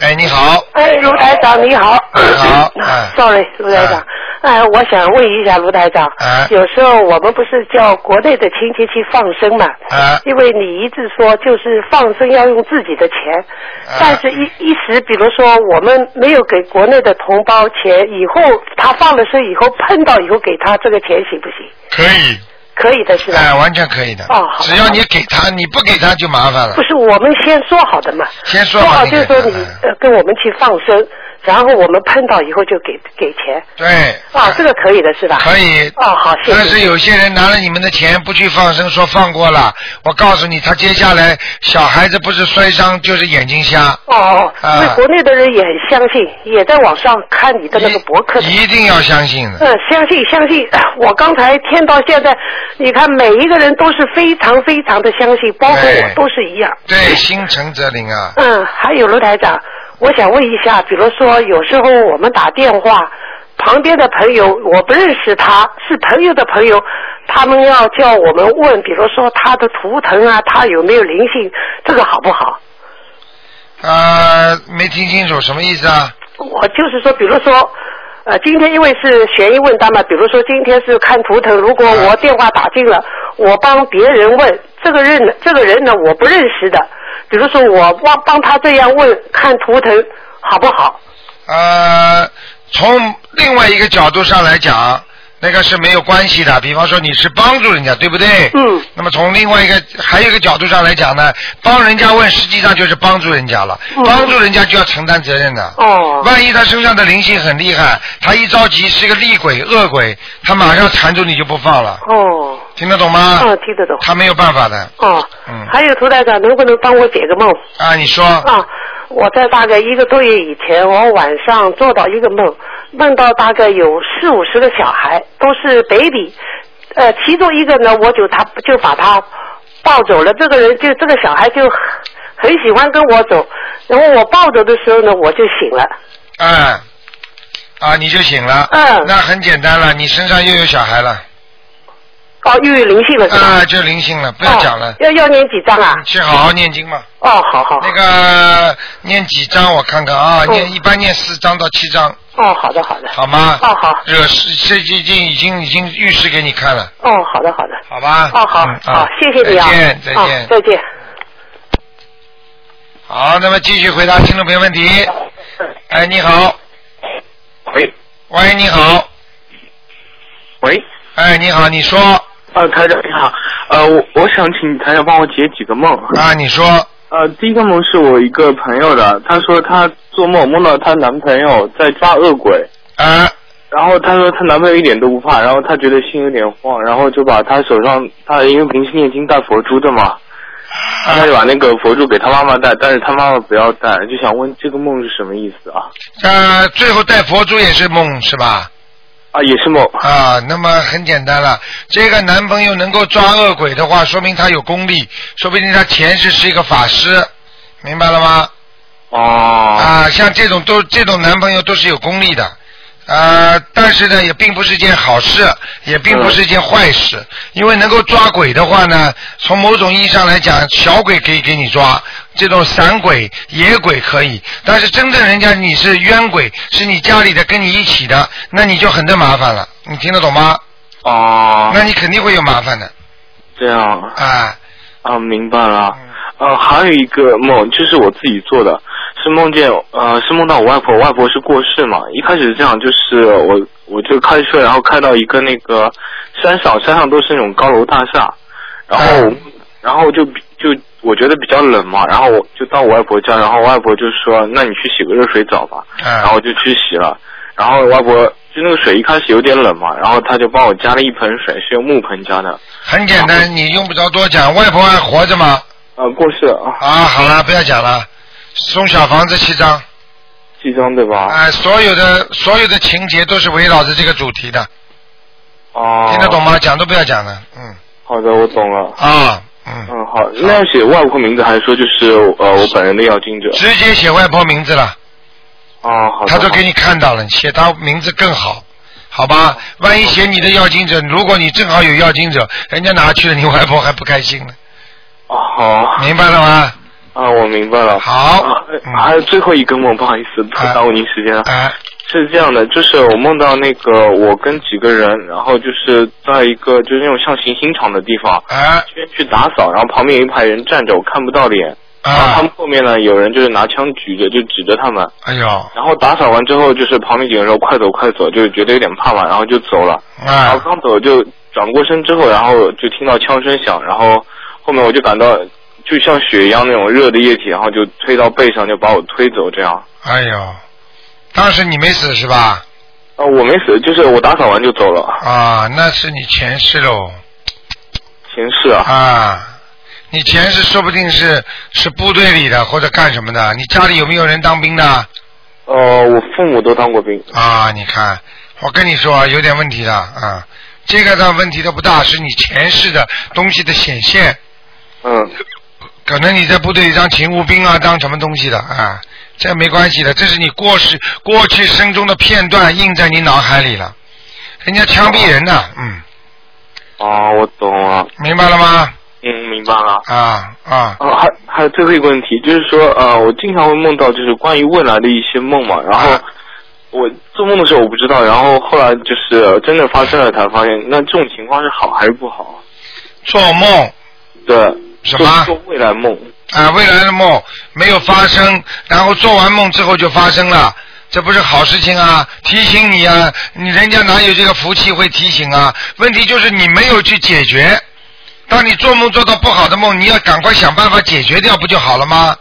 A: 哎，你好，
H: 哎，卢台长你好。啊
A: 你好哎
H: Sorry，卢台长。哎，我想问一下卢台长，
A: 哎
H: 有时候我们不是叫国内的亲戚去放生嘛？
A: 啊
H: 因为你一直说就是放生要用自己的钱，
A: 哎
H: 但是一一时，比如说我们没有给国内的同胞钱，以后他放了生以后碰到以后给他这个钱行不行？
A: 可以，
H: 可以的是吧？
A: 哎，完全可以的
H: 哦好。
A: 只要你给他，你不给他就麻烦了
H: 不。是我们先说好的嘛？
A: 先说
H: 说
A: 好
H: 好
A: 你哎
H: 就是
A: 给
H: 说
A: 他
H: 你呃跟我们去放生，然后我们碰到以后就给给钱。
A: 对，
H: 啊，这个可以的是吧？
A: 可以。
H: 哦，好，谢谢。
A: 但是有些人拿了你们的钱不去放生，说放过了，我告诉你，他接下来小孩子不是摔伤就是眼睛瞎。
H: 哦，
A: 啊
H: 所以国内的人也很相信，也在网上看你的那个博客。
A: 一定要相信的。
H: 嗯，相信相信， 我刚才听到现在，你看每一个人都是非常非常的相信，包括
A: 对
H: 我都是一样。
A: 对，心诚则灵啊。
H: 嗯，还有卢台长，我想问一下，比如说有时候我们打电话，旁边的朋友我不认识他，是朋友的朋友，他们要叫我们问，比如说他的图腾啊，他有没有灵性，这个好不好？
A: 呃，没听清楚什么意思啊？
H: 我就是说，比如说。呃，今天因为是悬疑问答嘛，比如说今天是看图腾，如果我电话打进了，我帮别人问这个人呢，这个人呢我不认识的，比如说我帮帮他这样问看图腾好不好？
A: 呃，从另外一个角度上来讲，那个是没有关系的。比方说你是帮助人家，对不对？
H: 嗯。
A: 那么从另外一个还有一个角度上来讲呢，帮人家问实际上就是帮助人家了，帮助人家就要承担责任的。
H: 嗯哦。
A: 万一他身上的灵性很厉害，他一着急是个厉鬼、恶鬼，他马上缠住你就不放了，
H: 哦，
A: 听得懂吗？
H: 嗯，听得懂。
A: 他没有办法的。
H: 哦，
A: 嗯
H: 还有涂台长，能不能帮我解个梦？
A: 啊，你说。
H: 啊，我在大概一个多月以前，我晚上做到一个梦，梦到大概有四五十个小孩，都是 baby，呃，其中一个呢，我就他就把他抱走了，这个人就这个小孩就很很喜欢跟我走，然后我抱走的时候呢，我就醒了。
A: 嗯，啊，你就醒了。
H: 嗯
A: 那很简单了，你身上又有小孩了，
H: 哦，又有灵性了是吧？
A: 啊，就灵性了，不要讲了
H: 哦。要要念几张啊？
A: 去好好念经嘛。
H: 哦，好好。
A: 那个念几章我看看啊，
H: 嗯
A: 念一般念四章到七章，
H: 哦，好的好的。
A: 好吗？
H: 哦好。
A: 惹事，这已经已经已经预示给你看了，
H: 哦，好的好的。
A: 好吧？
H: 哦好
A: 嗯
H: 好，谢谢你啊。
A: 再见，再
H: 啊
A: 见。
H: 再见。
A: 好，那么继续回答听众朋友问题。哎，你好。
I: 喂。
A: 喂，你好。
I: 喂。
A: 哎，你好，你说
I: 呃，台长你好，呃，我我想请台长帮我解几个梦。
A: 啊，你说
I: 呃，第一个梦是我一个朋友的，她说她做梦梦到她男朋友在抓恶鬼，
A: 啊，
I: 然后她说她男朋友一点都不怕，然后她觉得心有点慌，然后就把她手上，她因为平时念经带佛珠的嘛，她就把那个佛珠给她妈妈戴，但是她妈妈不要戴，就想问这个梦是什么意思啊？
A: 呃，最后带佛珠也是梦是吧？
I: 啊，也是梦。
A: 啊，那么很简单了。这个男朋友能够抓恶鬼的话，说明他有功力，说不定他前世是一个法师，明白了吗？
I: 哦。
A: 啊，像这种都这种男朋友都是有功力的。呃，但是呢，也并不是件好事，也并不是件坏事，因为能够抓鬼的话呢，从某种意义上来讲，小鬼可以给你抓，这种散鬼、野鬼可以，但是真正人家你是冤鬼，是你家里的跟你一起的，那你就很的麻烦了，你听得懂吗？
I: 哦。
A: 那你肯定会有麻烦的
I: 这样。
A: 啊。
I: 啊，明白了。呃，还有一个梦，就是我自己做的，是梦见呃，是梦到我外婆，我外婆是过世嘛。一开始是这样，就是我我就开车，然后开到一个那个山上，山上都是那种高楼大厦，然后、然后就比就我觉得比较冷嘛，然后我就到我外婆家，然后我外婆就说：“那你去洗个热水澡吧。”然后我就去洗了，然后我外婆就那个水一开始有点冷嘛，然后她就帮我加了一盆水，是用木盆加的。
A: 很简单，你用不着多讲。外婆还活着吗？
I: 啊，过世了啊。
A: 啊，好了，不要讲了。送小房子七张。
I: 七张对吧？
A: 啊，所有的所有的情节都是围绕着这个主题的，
I: 哦，
A: 啊听得懂吗？讲都不要讲了。
I: 好的，我懂了。
A: 啊，
I: 嗯嗯，好，那要写外婆名字，还是说就是呃我本人的要经者？
A: 直接写外婆名字了，
I: 哦，好的。
A: 他都
I: 好
A: 给
I: 的
A: 你看到了，写他名字更好，好吧？万一写你的要经者，如果你正好有要经者，人家拿去了，你外婆还不开心呢，
I: 哦，好。
A: 明白了吗？
I: 啊，我明白了。
A: 好嗯
I: 啊还有最后一个梦，不好意思，耽误您时间了。
A: 啊。
I: 是这样的，就是我梦到那个我跟几个人，然后就是在一个就是那种像行刑场的地方，
A: 啊
I: 先去打扫，然后旁边有一排人站着，我看不到脸，
A: 啊
I: 然后他们后面呢有人就是拿枪举着，就指着他们，
A: 哎呦，
I: 然后打扫完之后，就是旁边几个人说快走快走，就是觉得有点怕嘛，然后就走了。然后
A: 啊
I: 刚走就转过身之后，然后就听到枪声响，然后后面我就感到就像血一样那种热的液体，然后就推到背上，就把我推走这样。
A: 哎呦，当时你没死是吧？
I: 呃，我没死，就是我打扫完就走了。
A: 啊，那是你前世喽。
I: 前世啊。
A: 啊，你前世说不定是是部队里的或者干什么的。你家里有没有人当兵的？
I: 呃，我父母都当过兵。
A: 啊，你看，我跟你说啊，有点问题的啊。这个倒问题倒不大，是你前世的东西的显现。
I: 嗯。
A: 可能你在部队里当勤务兵啊，当什么东西的啊？这没关系的，这是你过世过去生中的片段印在你脑海里了。人家枪毙人呐、嗯。
I: 哦，我懂了。
A: 明白了吗？
I: 嗯，明白了。
A: 啊啊。
I: 哦，还还有最后一个问题，就是说，呃，我经常会梦到就是关于未来的一些梦嘛，然后我做梦的时候我不知道，然后后来就是呃真的发生了才发现，那这种情况是好还是不好？
A: 做梦
I: 对，
A: 什么
I: 做做未来梦？
A: 啊，未来的梦没有发生，然后做完梦之后就发生了，这不是好事情啊！提醒你啊，你人家哪有这个福气会提醒啊？问题就是你没有去解决。当你做梦做到不好的梦，你要赶快想办法解决掉，不就好了吗？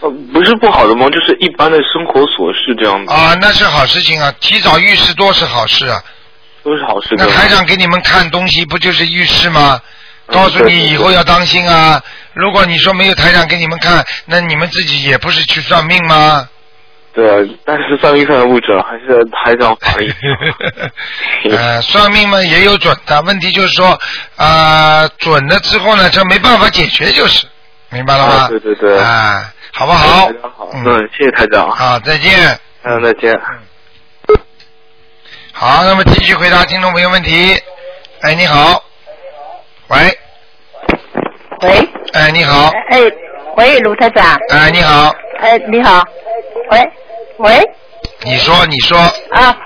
I: 呃，不是不好的梦，就是一般的生活琐事这样子，
A: 啊，那是好事情啊！提早预示多是好事啊！
I: 都是好事
A: 那
I: 对吧
A: 台长给你们看东西，不就是预示吗？
I: 嗯
A: 告诉
I: 对
A: 你
I: 对
A: 以
I: 对
A: 后要当心啊！如果你说没有台长给你们看，那你们自己也不是去算命吗？
I: 对，但是算命算的不准，还是还长法力。
A: 呃，算命嘛也有准的，问题就是说，啊，准了之后呢，这没办法解决，就是明白了吗？
I: 啊对对对
A: 啊，好不好
I: 台？长好，嗯，谢谢台长。
A: 好，啊再见。
I: 嗯，再见。
A: 好，那么继续回答听众朋友问题。哎，你好，喂，
J: 喂，
A: 哎，你好，
J: 哎，喂，卢台长，
A: 哎，你好，
J: 哎，你好，喂，喂，
A: 你说，你说，
J: 啊，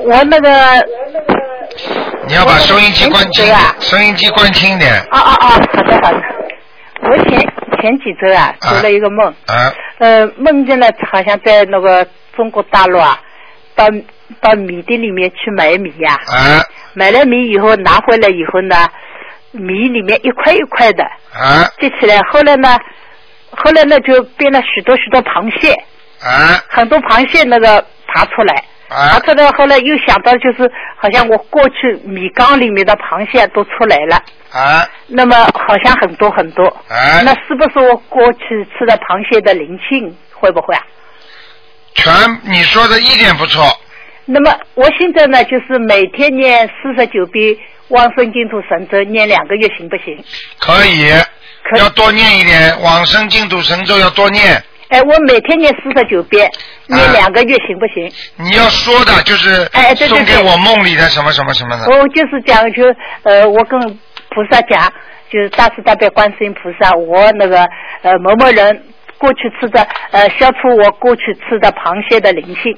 J: 我那个，
A: 你要把收音啊机关轻一
J: 哎
A: 点，收音机关轻一点，
J: 啊啊啊，好的好的，我前前几周啊做了一个梦，
A: 啊，
J: 呃，梦见了好像在那个中国大陆啊，到到米店里面去买米呀、
A: 啊
J: 买了米以后拿回来以后呢，米里面一块一块的，
A: 啊
J: 接起来，后来呢，后来呢就变了许多许多螃蟹，
A: 啊
J: 很多螃蟹那个爬出来，爬
A: 啊
J: 出来后来又想到就是好像我过去米缸里面的螃蟹都出来了，
A: 啊
J: 那么好像很多很多，
A: 啊，
J: 那是不是我过去吃的螃蟹的灵性会不会啊？
A: 全你说的一点不错，
J: 那么我现在呢就是每天念四十九遍往生净土神咒，念两个月行不行？
A: 可以，要多念一点，往生净土神咒要多念。
J: 哎，我每天念四十九遍，念两个月行不行？
A: 啊你要说的就是
J: 哎对对哦
A: 送给
J: 对
A: 我梦里的什么什么什么的，
J: 我就是讲，就呃，我跟菩萨讲，就是大慈大悲观世音菩萨，我那个呃某某人过去吃的呃，消除我过去吃的螃蟹的灵性，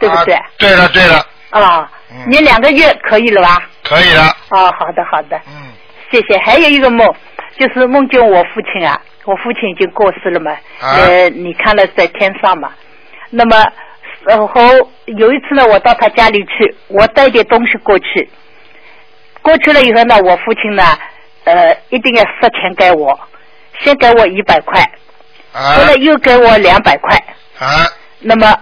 J: 对不对？
A: 啊对了对了，
J: 啊，你两个月可以了吧？
A: 可以了，
J: 啊，好的好的，嗯，谢谢。还有一个梦，就是梦见我父亲啊，我父亲已经过世了嘛，
K: 啊
J: 呃，你看了在天上嘛，那么然后有一次呢，我到他家里去，我带点东西过去，过去了以后呢，我父亲呢，呃，一定要塞钱给我，先给我一百块，
D: 啊
J: 后来又给我两百块，
A: 啊，
J: 那么，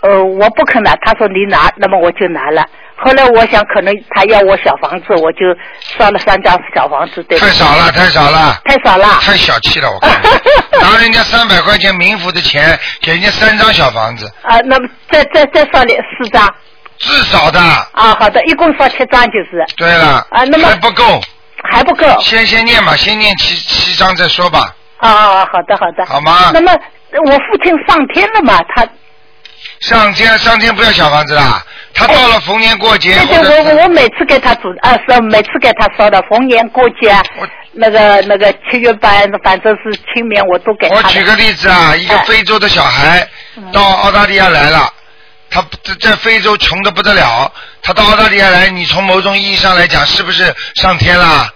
J: 呃，我不肯拿，他说你拿，那么我就拿了。后来我想，可能他要我小房子，我就烧了三张小房子，对吧
A: 太少了太少了，
J: 太少了。
A: 太小气了，我 看你，拿人家三百块钱冥府的钱，给人家三张小房子，
J: 啊，那么再再再烧两四张
A: 至少的。
J: 啊，好的，一共烧七张就是。
A: 对了，
J: 啊那么
A: 还不够，
J: 还不够。
A: 先先念吧，先念七七章再说吧。
J: 啊啊，啊好的好的。
A: 好吗
J: 那么我父亲上天了嘛？他
A: 上天上天不要小房子啦，他到了逢年过节
J: 对
A: 或
J: 对，
A: 者
J: 我我我每次给他煮啊，是每次给他烧的，逢年过节啊，那个那个七月半，反正是清明，我都给他
A: 我
J: 的。
A: 举个例子啊，一个
J: 哎嗯
A: 非洲的小孩到澳大利亚来了，他在在非洲穷的不得了，他到澳大利亚来，你从某种意义上来讲，是不是上天啦？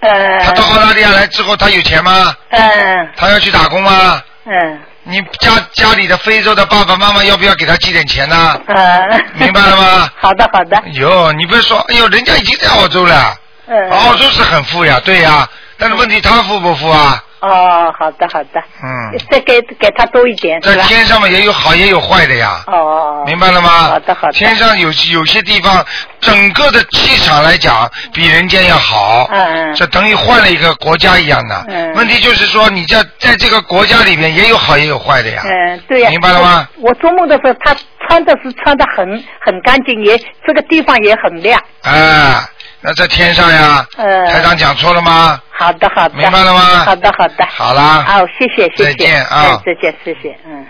J: 呃，
A: 他到澳大利亚来之后，他有钱吗？
J: 嗯
A: 他要去打工吗？
J: 嗯
A: 你家家里的非洲的爸爸妈妈要不要给他寄点钱呢？
J: 嗯，
A: 明白了吗？
J: 好的好的，
A: 哟，你不是说，哎呦，人家已经在澳洲了，
J: 嗯，
A: 澳洲是很富呀，对呀，但是问题他富不富啊？
J: 哦，好的好的，
A: 嗯，
J: 再给给他多一点
A: 这
J: 是吧？
A: 天上面也有好也有坏的呀，
J: 哦，
A: 明白了吗？啊好的好的。天上有有些地方，整个的气场来讲比人间要好，
J: 嗯嗯
A: 这等于换了一个国家一样的。
J: 嗯
A: 问题就是说，你在在这个国家里面也有好也有坏的呀。
J: 嗯，对呀、
A: 明白了吗
J: 我？我做梦的时候，他穿的是穿的很很干净，也这个地方也很亮。
A: 啊，那在天上呀，
J: 呃，
A: 台长讲错了吗？
J: 好的好的，
A: 明白了吗
J: 好的好的，
A: 好啦
J: 哦，谢谢谢谢，
A: 再见啊
J: 哎再见谢谢，嗯，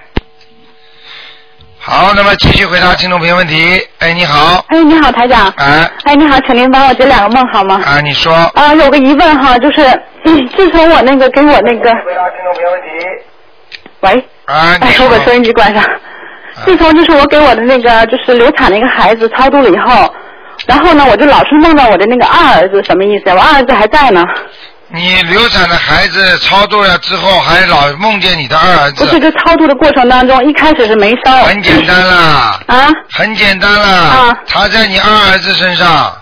A: 好，那么继续回答听众朋友问题。哎，你好，
K: 哎，你好，台长。
A: 哎
K: 哎，你好，请您帮我解两个梦好吗？
A: 啊，你说
K: 啊，有个疑问哈，就是、嗯自从我那个给我那个，喂，
A: 啊，
K: 哎，我把收音机关上。自从就是我给我的那个就是流产那个孩子超度了以后，然后呢，我就老是梦到我的那个二儿子，什么意思呀？我二儿子还在呢，
A: 你流产的孩子超度了之后，还老梦见你的二儿
K: 不
A: 子，
K: 是这超度的过程当中，一开始是没烧，
A: 很简单啦，
K: 啊，
A: 很简单啦，他在你二儿子身上，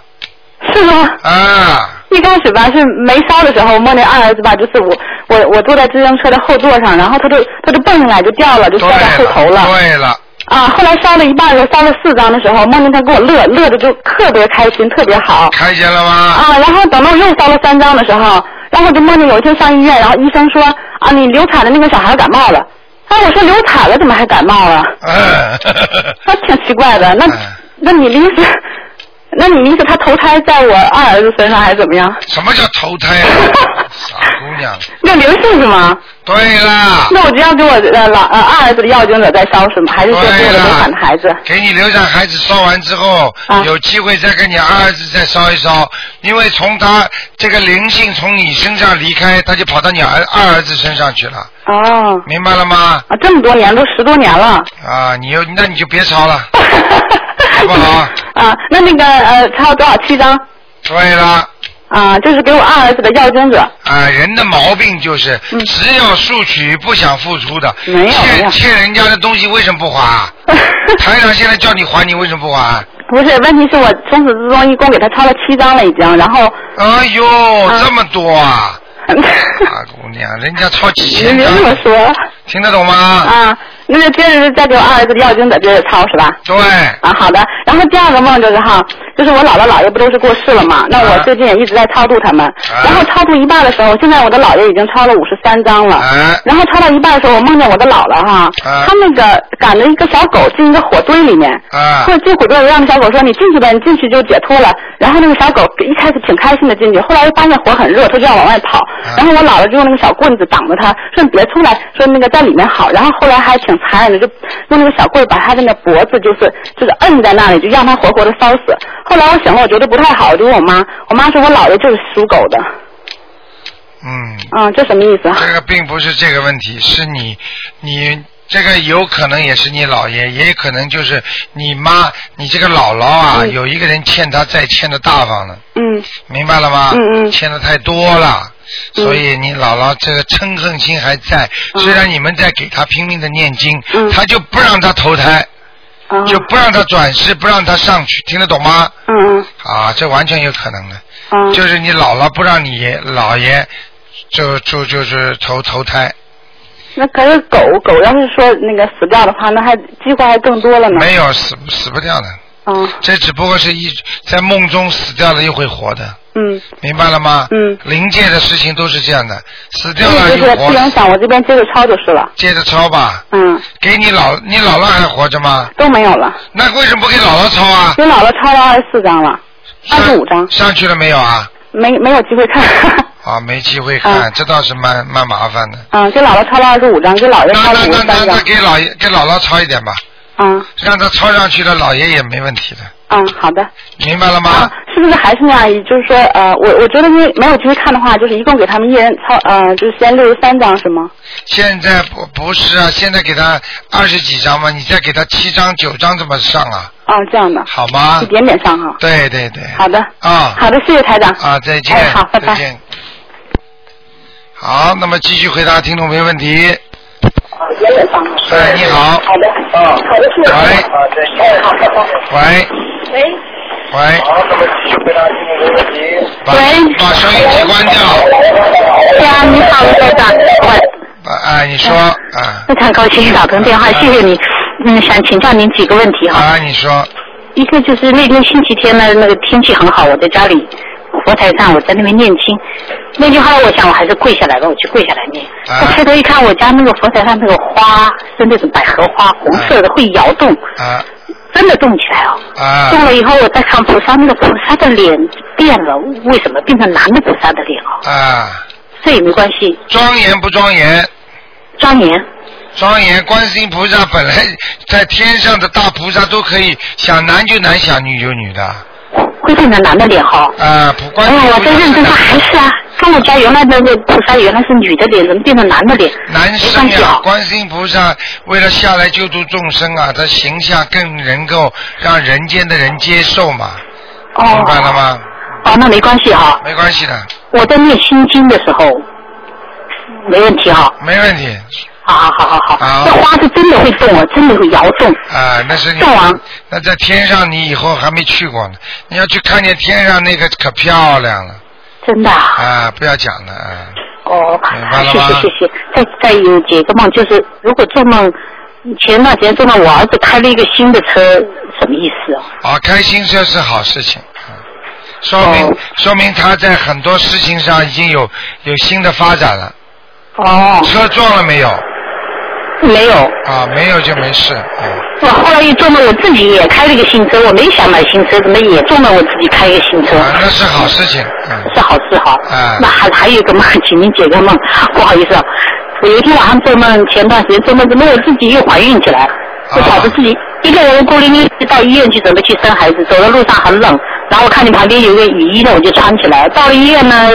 K: 是吗？
A: 啊，
K: 一开始吧是没烧的时候，我梦见二儿子吧，就是我我我坐在自行车的后座上，然后他就他就蹦上来就掉了，就摔在后头了。
A: 对了，
K: 啊，后来烧了一半的时候，烧了四张的时候，梦见他给我乐乐的就特别开心，特别好。
A: 看见 了吗？
K: 啊，然后等到我又烧了三张的时候，然后就梦见有一天上医院，然后医生说啊，你流产的那个小孩感冒了。啊，我说流产了怎么还感冒了？
A: 嗯，
K: 那挺奇怪的。那、
A: 哎
K: 那你的意思， 那你意思他投胎在我二儿子身上还是怎么样？
A: 什么叫投胎 啊？傻姑娘，
K: 那灵性是吗？
A: 对啦，
K: 那我只要给我呃老呃二儿子的药精者再烧是吗？还是说给我的流产的孩子？
A: 给你流产孩子烧完之后，
K: 啊
A: 有机会再跟你二儿子再烧一烧，因为从他这个灵性从你身上离开，他就跑到你儿二儿子身上去了，
K: 哦，
A: 明白了吗？
K: 啊，这么多年都十多年了
A: 啊，你又那你就别烧了。
K: 啊。那那个呃，抄多少七张？
A: 对了，
K: 啊，就是给我二儿子的药精者。
A: 啊，人的毛病就是、只要索取不想付出的，
K: 嗯没有没有
A: 欠欠人家的东西为什么不还？ 台长现在叫你还，你为什么不还？
K: 不是，问题是我从始至终一共给他抄了七张了已经，然后
A: 哎呦，这么多 啊！大姑娘，人家超几
K: 您
A: 千
K: 别
A: 张
K: 这，么说
A: 听得懂吗？
K: 啊，那就接着再给我二儿子的药精者接着抄是吧？
A: 对，
K: 啊，好的。然后第二个梦就是哈，就是我姥姥姥爷不都是过世了嘛？那
A: 啊
K: 我最近也一直在超度他们。然后超度一半的时候，现在我的姥爷已经超了五十三章了。然后超到一半的时候，我梦见我的姥姥哈，
A: 啊
K: 她那个赶着一个小狗进一个火堆里面。
A: 啊
K: 或者进火堆里让小狗说你进去吧，你进去就解脱了。然后那个小狗一开始挺开心的进去，后来又发现火很热，它就要往外跑。
A: 啊
K: 然后我姥姥就用那个小棍子挡着它，说你别出来，说那个在里面好。然后后来还挺残忍的，就用那个小棍儿把它的那脖子就是就是摁在那里，就让它活活的烧死。后来我醒了，我觉得不太好，我就问我妈，我妈说我姥爷就是属狗的。
A: 嗯。
K: 嗯，这什么意思啊？
A: 这个并不是这个问题，是你，你这个有可能也是你姥爷，也可能就是你妈，你这个姥姥啊，有一个人欠他债欠的大方了，
K: 嗯
A: 明白了吗？
K: 嗯嗯
A: 欠的太多了。所以你姥姥这个嗔恨心还在，
K: 嗯
A: 虽然你们在给她拼命的念经，她就不让她投胎，
K: 哦
A: 就不让她转世，不让她上去，听得懂吗？
K: 嗯嗯
A: 啊，这完全有可能的。
K: 嗯。
A: 就是你姥姥不让你姥爷就就就是投投胎，
K: 那可是狗狗要是说那个死掉的话，那还机会还更多了呢。
A: 没有死死不掉的。
K: 嗯。
A: 这只不过是一在梦中死掉了又会活的，
K: 嗯，
A: 明白了吗？
K: 嗯。
A: 灵界的事情都是这样的，死掉
K: 那
A: 了
K: 就是
A: 又
K: 不
A: 活。
K: 影响我这边接着抄就是了。
A: 接着抄吧。
K: 嗯。
A: 给你姥你姥姥还活着吗？
K: 都没有了。
A: 那为什么不给姥姥抄啊？
K: 给姥姥抄了二十四张了，
A: 二十五张。上去了没有啊？
K: 没没有机会看。
A: 啊，没机会看，这倒是蛮蛮麻烦的。
K: 嗯，给姥姥抄了二十五张，给姥爷抄了
A: 那
K: 五十
A: 那
K: 三
A: 那
K: 张。
A: 给姥爷给姥姥抄一点吧，
K: 嗯
A: 让他抄上去了，姥爷也没问题的，
K: 嗯，好的。
A: 明白了吗？
K: 是不是还是那样？也就是说，呃，我我觉得因为没有机会看的话，就是一共给他们一人抄，呃，就是先六十三张是吗？
A: 现在不不是啊，现在给他二十几张嘛，你再给他七张九张怎么上啊？
K: 啊，这样的。
A: 好吗
K: 一点点上哈。
A: 啊对对对，
K: 好的。
A: 啊
K: 好的，谢谢台长。
A: 啊，再见，
K: 哎好拜拜
A: 再见。好，那么继续回答听众朋友问题。
K: 一点点上哈。
A: 哎，
K: 哦
A: 你好，
K: 好的。好的，谢谢。
A: 喂，
K: 喂。
A: 喂。把
K: 喂
A: 把收音机关掉。
K: 对啊，你好，卢台长，我
A: 啊，哎你说啊
K: 非常高兴打通电话，谢谢你。嗯，想请教您几个问题哈。
A: 啊，你说。
K: 一个就是那天星期天呢，那个天气很好，我在家里佛台上，我在那边念经。那句话，我想我还是跪下来吧，我就跪下来念。
A: 啊
K: 我抬头一看，我家那个佛台上那个花是那种百合花，红色的会摇动，
A: 啊
K: 真的动起来哦。
A: 啊
K: 动了以后，我再看菩萨，那个菩萨的脸变了，为什么变成男的菩萨的脸哦？
A: 啊！
K: 这也没关系，
A: 庄严不庄严？
K: 庄严。
A: 庄严，观世音菩萨本来在天上的大菩萨都可以想男就男，想女就女的。
K: 啊会变成男的脸哈、
A: 啊，不关
K: 哎
A: 心
K: 呀，我在认真看，还是啊，跟我家原来的那个菩萨原来是女的脸，怎么变成男的脸？
A: 男生呀，观世音菩萨为了下来救度众生啊，他形象更能够让人间的人接受嘛，明白了吗？
K: 哦，那没关系哈、
A: 没关系的，
K: 我在念心经的时候，没问题哈、
A: 没问题
K: 好好好好好，这花是真的会动啊，真的会摇动。
A: 啊。那是你
K: 动啊，
A: 那在天上你以后还没去过呢，你要去看见天上那个可漂亮了
K: 真的啊、
A: 啊！不要讲了啊，
K: 哦，
A: 明白了
K: 谢
A: 吗
K: 谢谢谢。再再有几个梦，就是如果做梦，前段时间做梦我儿子开了一个新的车，什么意思啊？
A: 啊，开心这是好事情。嗯说明、
K: 哦
A: 说明他在很多事情上已经有有新的发展了。
K: 哦。
A: 车撞了没有？
K: 没有。
A: 啊，没有就没事。
K: 我后来一做梦，我自己也开了一个新车，我没想买新车，怎么也做梦我自己开一个新车？
A: 啊，那是好事情。嗯。
K: 是好是好。
A: 啊
K: 那还还有一个梦，请您解个梦，不好意思啊，我有一天晚上做梦，前段时间做梦，怎么我自己又怀孕起来？我搞得自己一个人孤零零地到医院去，准备去生孩子，走在路上很冷，然后我看见旁边有一个雨衣呢，我就穿起来。到了医院呢，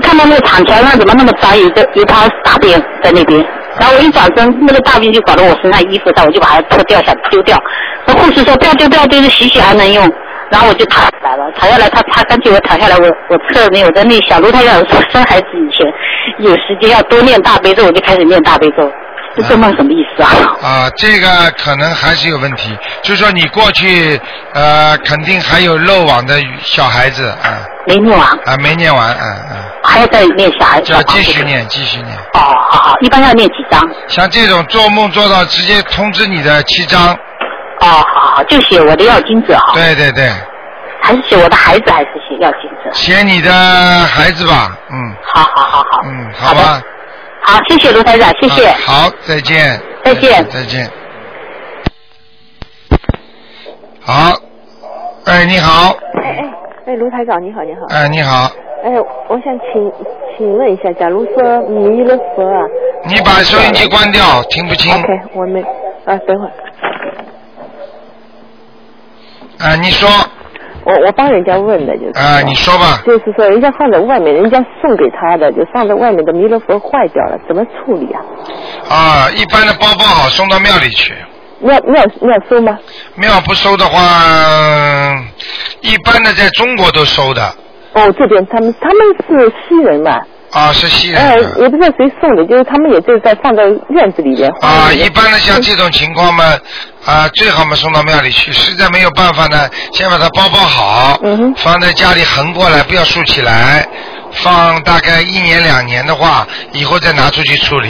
K: 看到那个产床上怎么那么脏，有一个有一泡大便在那边。然后我一转身，那个大便就搞到我身上衣服上，我就把它脱掉，想丢掉。那护士说不要丢，不要丢，这洗洗还能用。然后我就躺下来了，躺下来，他他根据我躺下来，我我侧面我在那小卢台长说生孩子以前有时间要多念大悲咒，我就开始念大悲咒。这做梦什么意思啊？
A: 啊，这个可能还是有问题，就说你过去呃，肯定还有漏网的小孩子啊。
K: 没念完。
A: 啊，没念完，嗯嗯，
K: 还要再念小孩子
A: 就要继续念，继续念。
K: 哦，好好，一般要念几张？
A: 像这种做梦做到直接通知你的七张。
K: 哦，好好，就写我的要金子哈。
A: 对对对，
K: 还是写我的孩子，还是写要金子？
A: 写你的孩子吧，嗯。
K: 好好好好。
A: 嗯，好吧。
K: 好，谢谢卢台长，谢谢。
A: 啊好，再见。
K: 再见
A: 再见。好，哎，你好，
L: 哎哎哎，卢台长你好你好。
A: 哎，你好，
L: 哎，我想请请问一下，假如说弥勒佛啊，
A: 你把收音机关掉，听不清。
L: OK，我没啊，等会儿
A: 啊，你说，
L: 我我帮人家问的就是。
A: 啊，你说吧。
L: 就是说，人家放在外面，人家送给他的，就放在外面的弥勒佛坏掉了，怎么处理啊？
A: 啊，一般的包包好送到庙里去，
L: 庙庙庙收吗？
A: 庙不收的话，嗯一般的在中国都收的，
L: 哦，这边他们他们是西人嘛？
A: 啊，是西
L: 哎，
A: 人。
L: 也不知道谁送的，就是他们也就是在放在院子里边。
A: 啊，一般的像这种情况嘛，啊，最好嘛送到庙里去。实在没有办法呢，先把它包包好，
L: 嗯
A: 放在家里横过来，不要竖起来，放大概一年两年的话，以后再拿出去处理。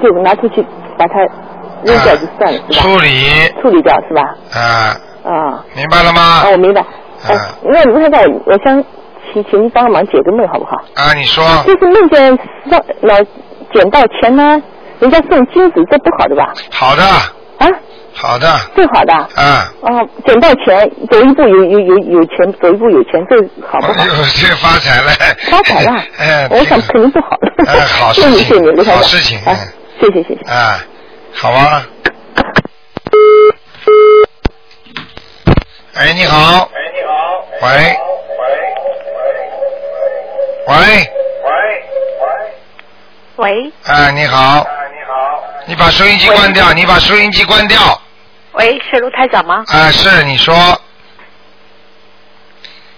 L: 就是拿出去把它扔掉就算了，是吧？
A: 处理
L: 处理掉是吧？
A: 啊，
L: 啊。
A: 明白了吗？
L: 啊，我明白。哎，那卢太太，我想请请您帮忙解个梦好不好？
A: 啊，你说
L: 就是梦见让老呃捡到钱呢，人家送金子，这不好的吧？
A: 好的，
L: 啊，
A: 好的，
L: 这好的。
A: 啊，
L: 哦，捡到钱，走一步有有有有钱，走一步有钱，这好不好？
A: 又这发财了，，
L: 发财了
A: 哎，
L: 我想肯定不好。
A: 哎好事
L: 谢谢
A: 情
L: 谢谢你，卢太太。
A: 好事情
L: 哎谢谢谢谢。
A: 啊，好啊。哎，你好。哎，你好。喂。喂。
M: 喂
A: 啊，你好。你把收音机关掉，你把收音机关掉。
M: 喂，是卢台长吗？
A: 啊，是你说，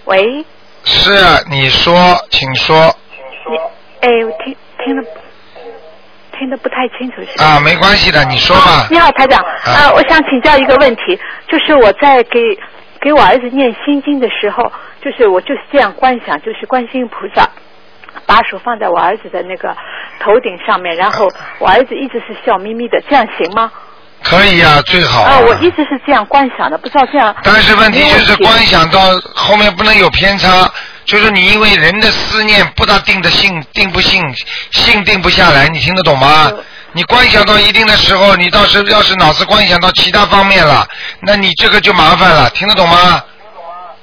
M: 喂，
A: 是你说，请说
M: 你哎，我听听得听得不太清楚是吧
A: 啊，没啊关系的，你说吧。啊
M: 啊你好，台长，呃，我想请教一个问题，就是我在给给我儿子念心经的时候，就是我就是这样观想，就是观世音菩萨把手放在我儿子的那个头顶上面，然后我儿子一直是笑眯眯的，这样行吗？
A: 可以啊，最好
M: 啊，我一直是这样观想的，不知道这样。
A: 但是问题就是观想到后面不能有偏差，就是你因为人的思念不大定的性定不性性定不下来，你听得懂吗？你观想到一定的时候，你到时候要是脑子观想到其他方面了，那你这个就麻烦了，听得懂吗？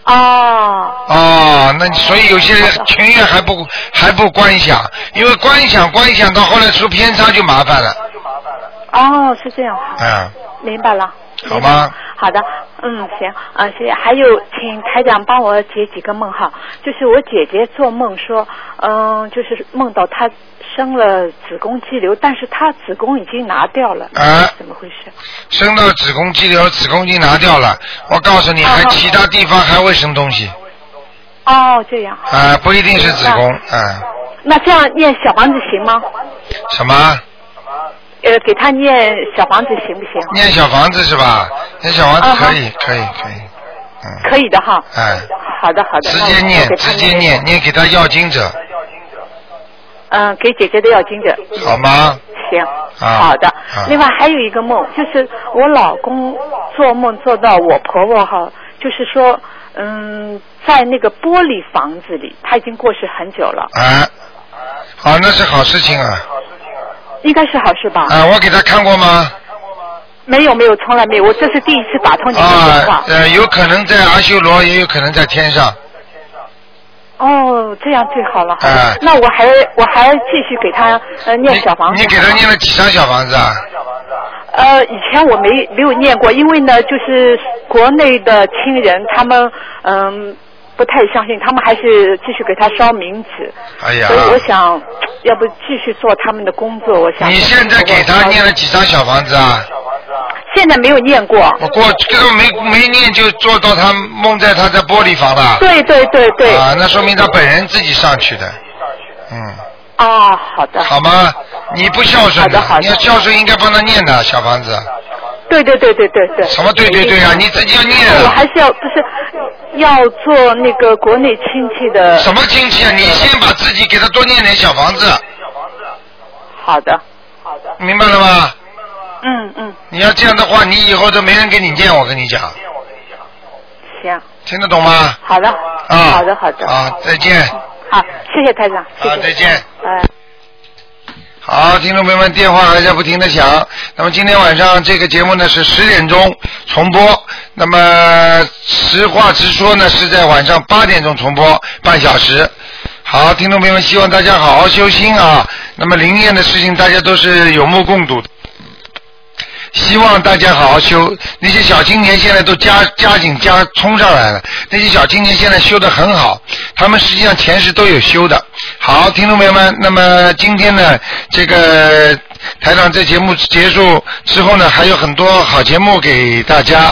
M: 哦。
A: 哦，那所以有些人情愿还不还不观想，因为观想观想到后来出偏差就麻烦了，
M: 哦，是这样，
A: 嗯，
M: 明白了。
A: 好吗？
M: 好的，嗯，行啊，谢谢。还有，请台长帮我解几个梦哈，就是我姐姐做梦说，嗯，就是梦到她生了子宫肌瘤，但是她子宫已经拿掉了，
A: 啊
M: 怎么回事？
A: 生到子宫肌瘤，子宫已经拿掉了，我告诉你，还其他地方还会生东西，
M: 哦，这样，
A: 啊，不一定是子宫，啊，
M: 那这样念小房子行吗？
A: 什么？
M: 呃，给她念小房子行不行？
A: 念小房子是吧？念小房
M: 啊
A: 子
M: 哈
A: 可以，可以，可以，
M: 可以的哈，
A: 哎，
M: 好的好的，
A: 直
M: 那我
A: 接念
M: 给，她
A: 直接念，念给他要经者，
M: 嗯，给姐姐的要经者，
A: 好吗？
M: 行。
A: 啊，
M: 好的
A: 啊，
M: 另外还有一个梦，就是我老公做梦做到我婆婆哈，就是说，嗯，在那个玻璃房子里，她已经过世很久了，
A: 啊，好，那是好事情啊，
M: 应该是好事吧？
A: 啊，我给他看过吗？
M: 没有没有，从来没有，我这是第一次打通您的电话
A: 啊。，呃，有可能在阿修罗，也有可能在天上，
M: 哦，这样最好了。好
A: 啊
M: 那我还我还继续给她呃念小房子。
A: 你给他念了几张小房子啊？
M: 呃，以前我没没有念过，因为呢，就是国内的亲人他们嗯不太相信，他们还是继续给他烧冥纸，
A: 哎呀
M: 所，以我想，要不继续做他们的工作，我想。
A: 你现在给他念了几张小房子啊？
M: 现在没有念过。
A: 我过这个没没念就做到他梦在他在玻璃房了。
M: 对对对对。
A: 啊，那说明他本人自己上去的。嗯。
M: 啊，好的。
A: 好吗？你不孝顺的，你要孝顺应该帮他念的小房子。
M: 对对对对对对。
A: 什么对对对啊你自己要念啊
M: 我还是要不是要做那个国内亲戚的。
A: 什么亲戚啊？你先把自己给他多念点小房子，
M: 好的。
A: 明白了吗？
M: 嗯嗯，
A: 你要这样的话，你以后都没人给你念，我跟你讲，
M: 行，
A: 听得懂吗？
M: 好的。
A: 啊
M: 好的好的。
A: 啊，再见。
M: 好，谢谢台长。谢谢
A: 好再见。
M: 哎。
A: 好，听众朋友们，电话还在不停的响。那么今天晚上这个节目呢是十点钟重播，那么实话直说呢是在晚上八点钟重播半小时。好，听众朋友们，希望大家好好修心啊。那么灵验的事情大家都是有目共睹的，希望大家好好修。那些小青年现在都加加紧加冲上来了，那些小青年现在修的很好，他们实际上前世都有修的。好，听众朋友们，那么今天呢，这个台长这节目结束之后呢，还有很多好节目给大家。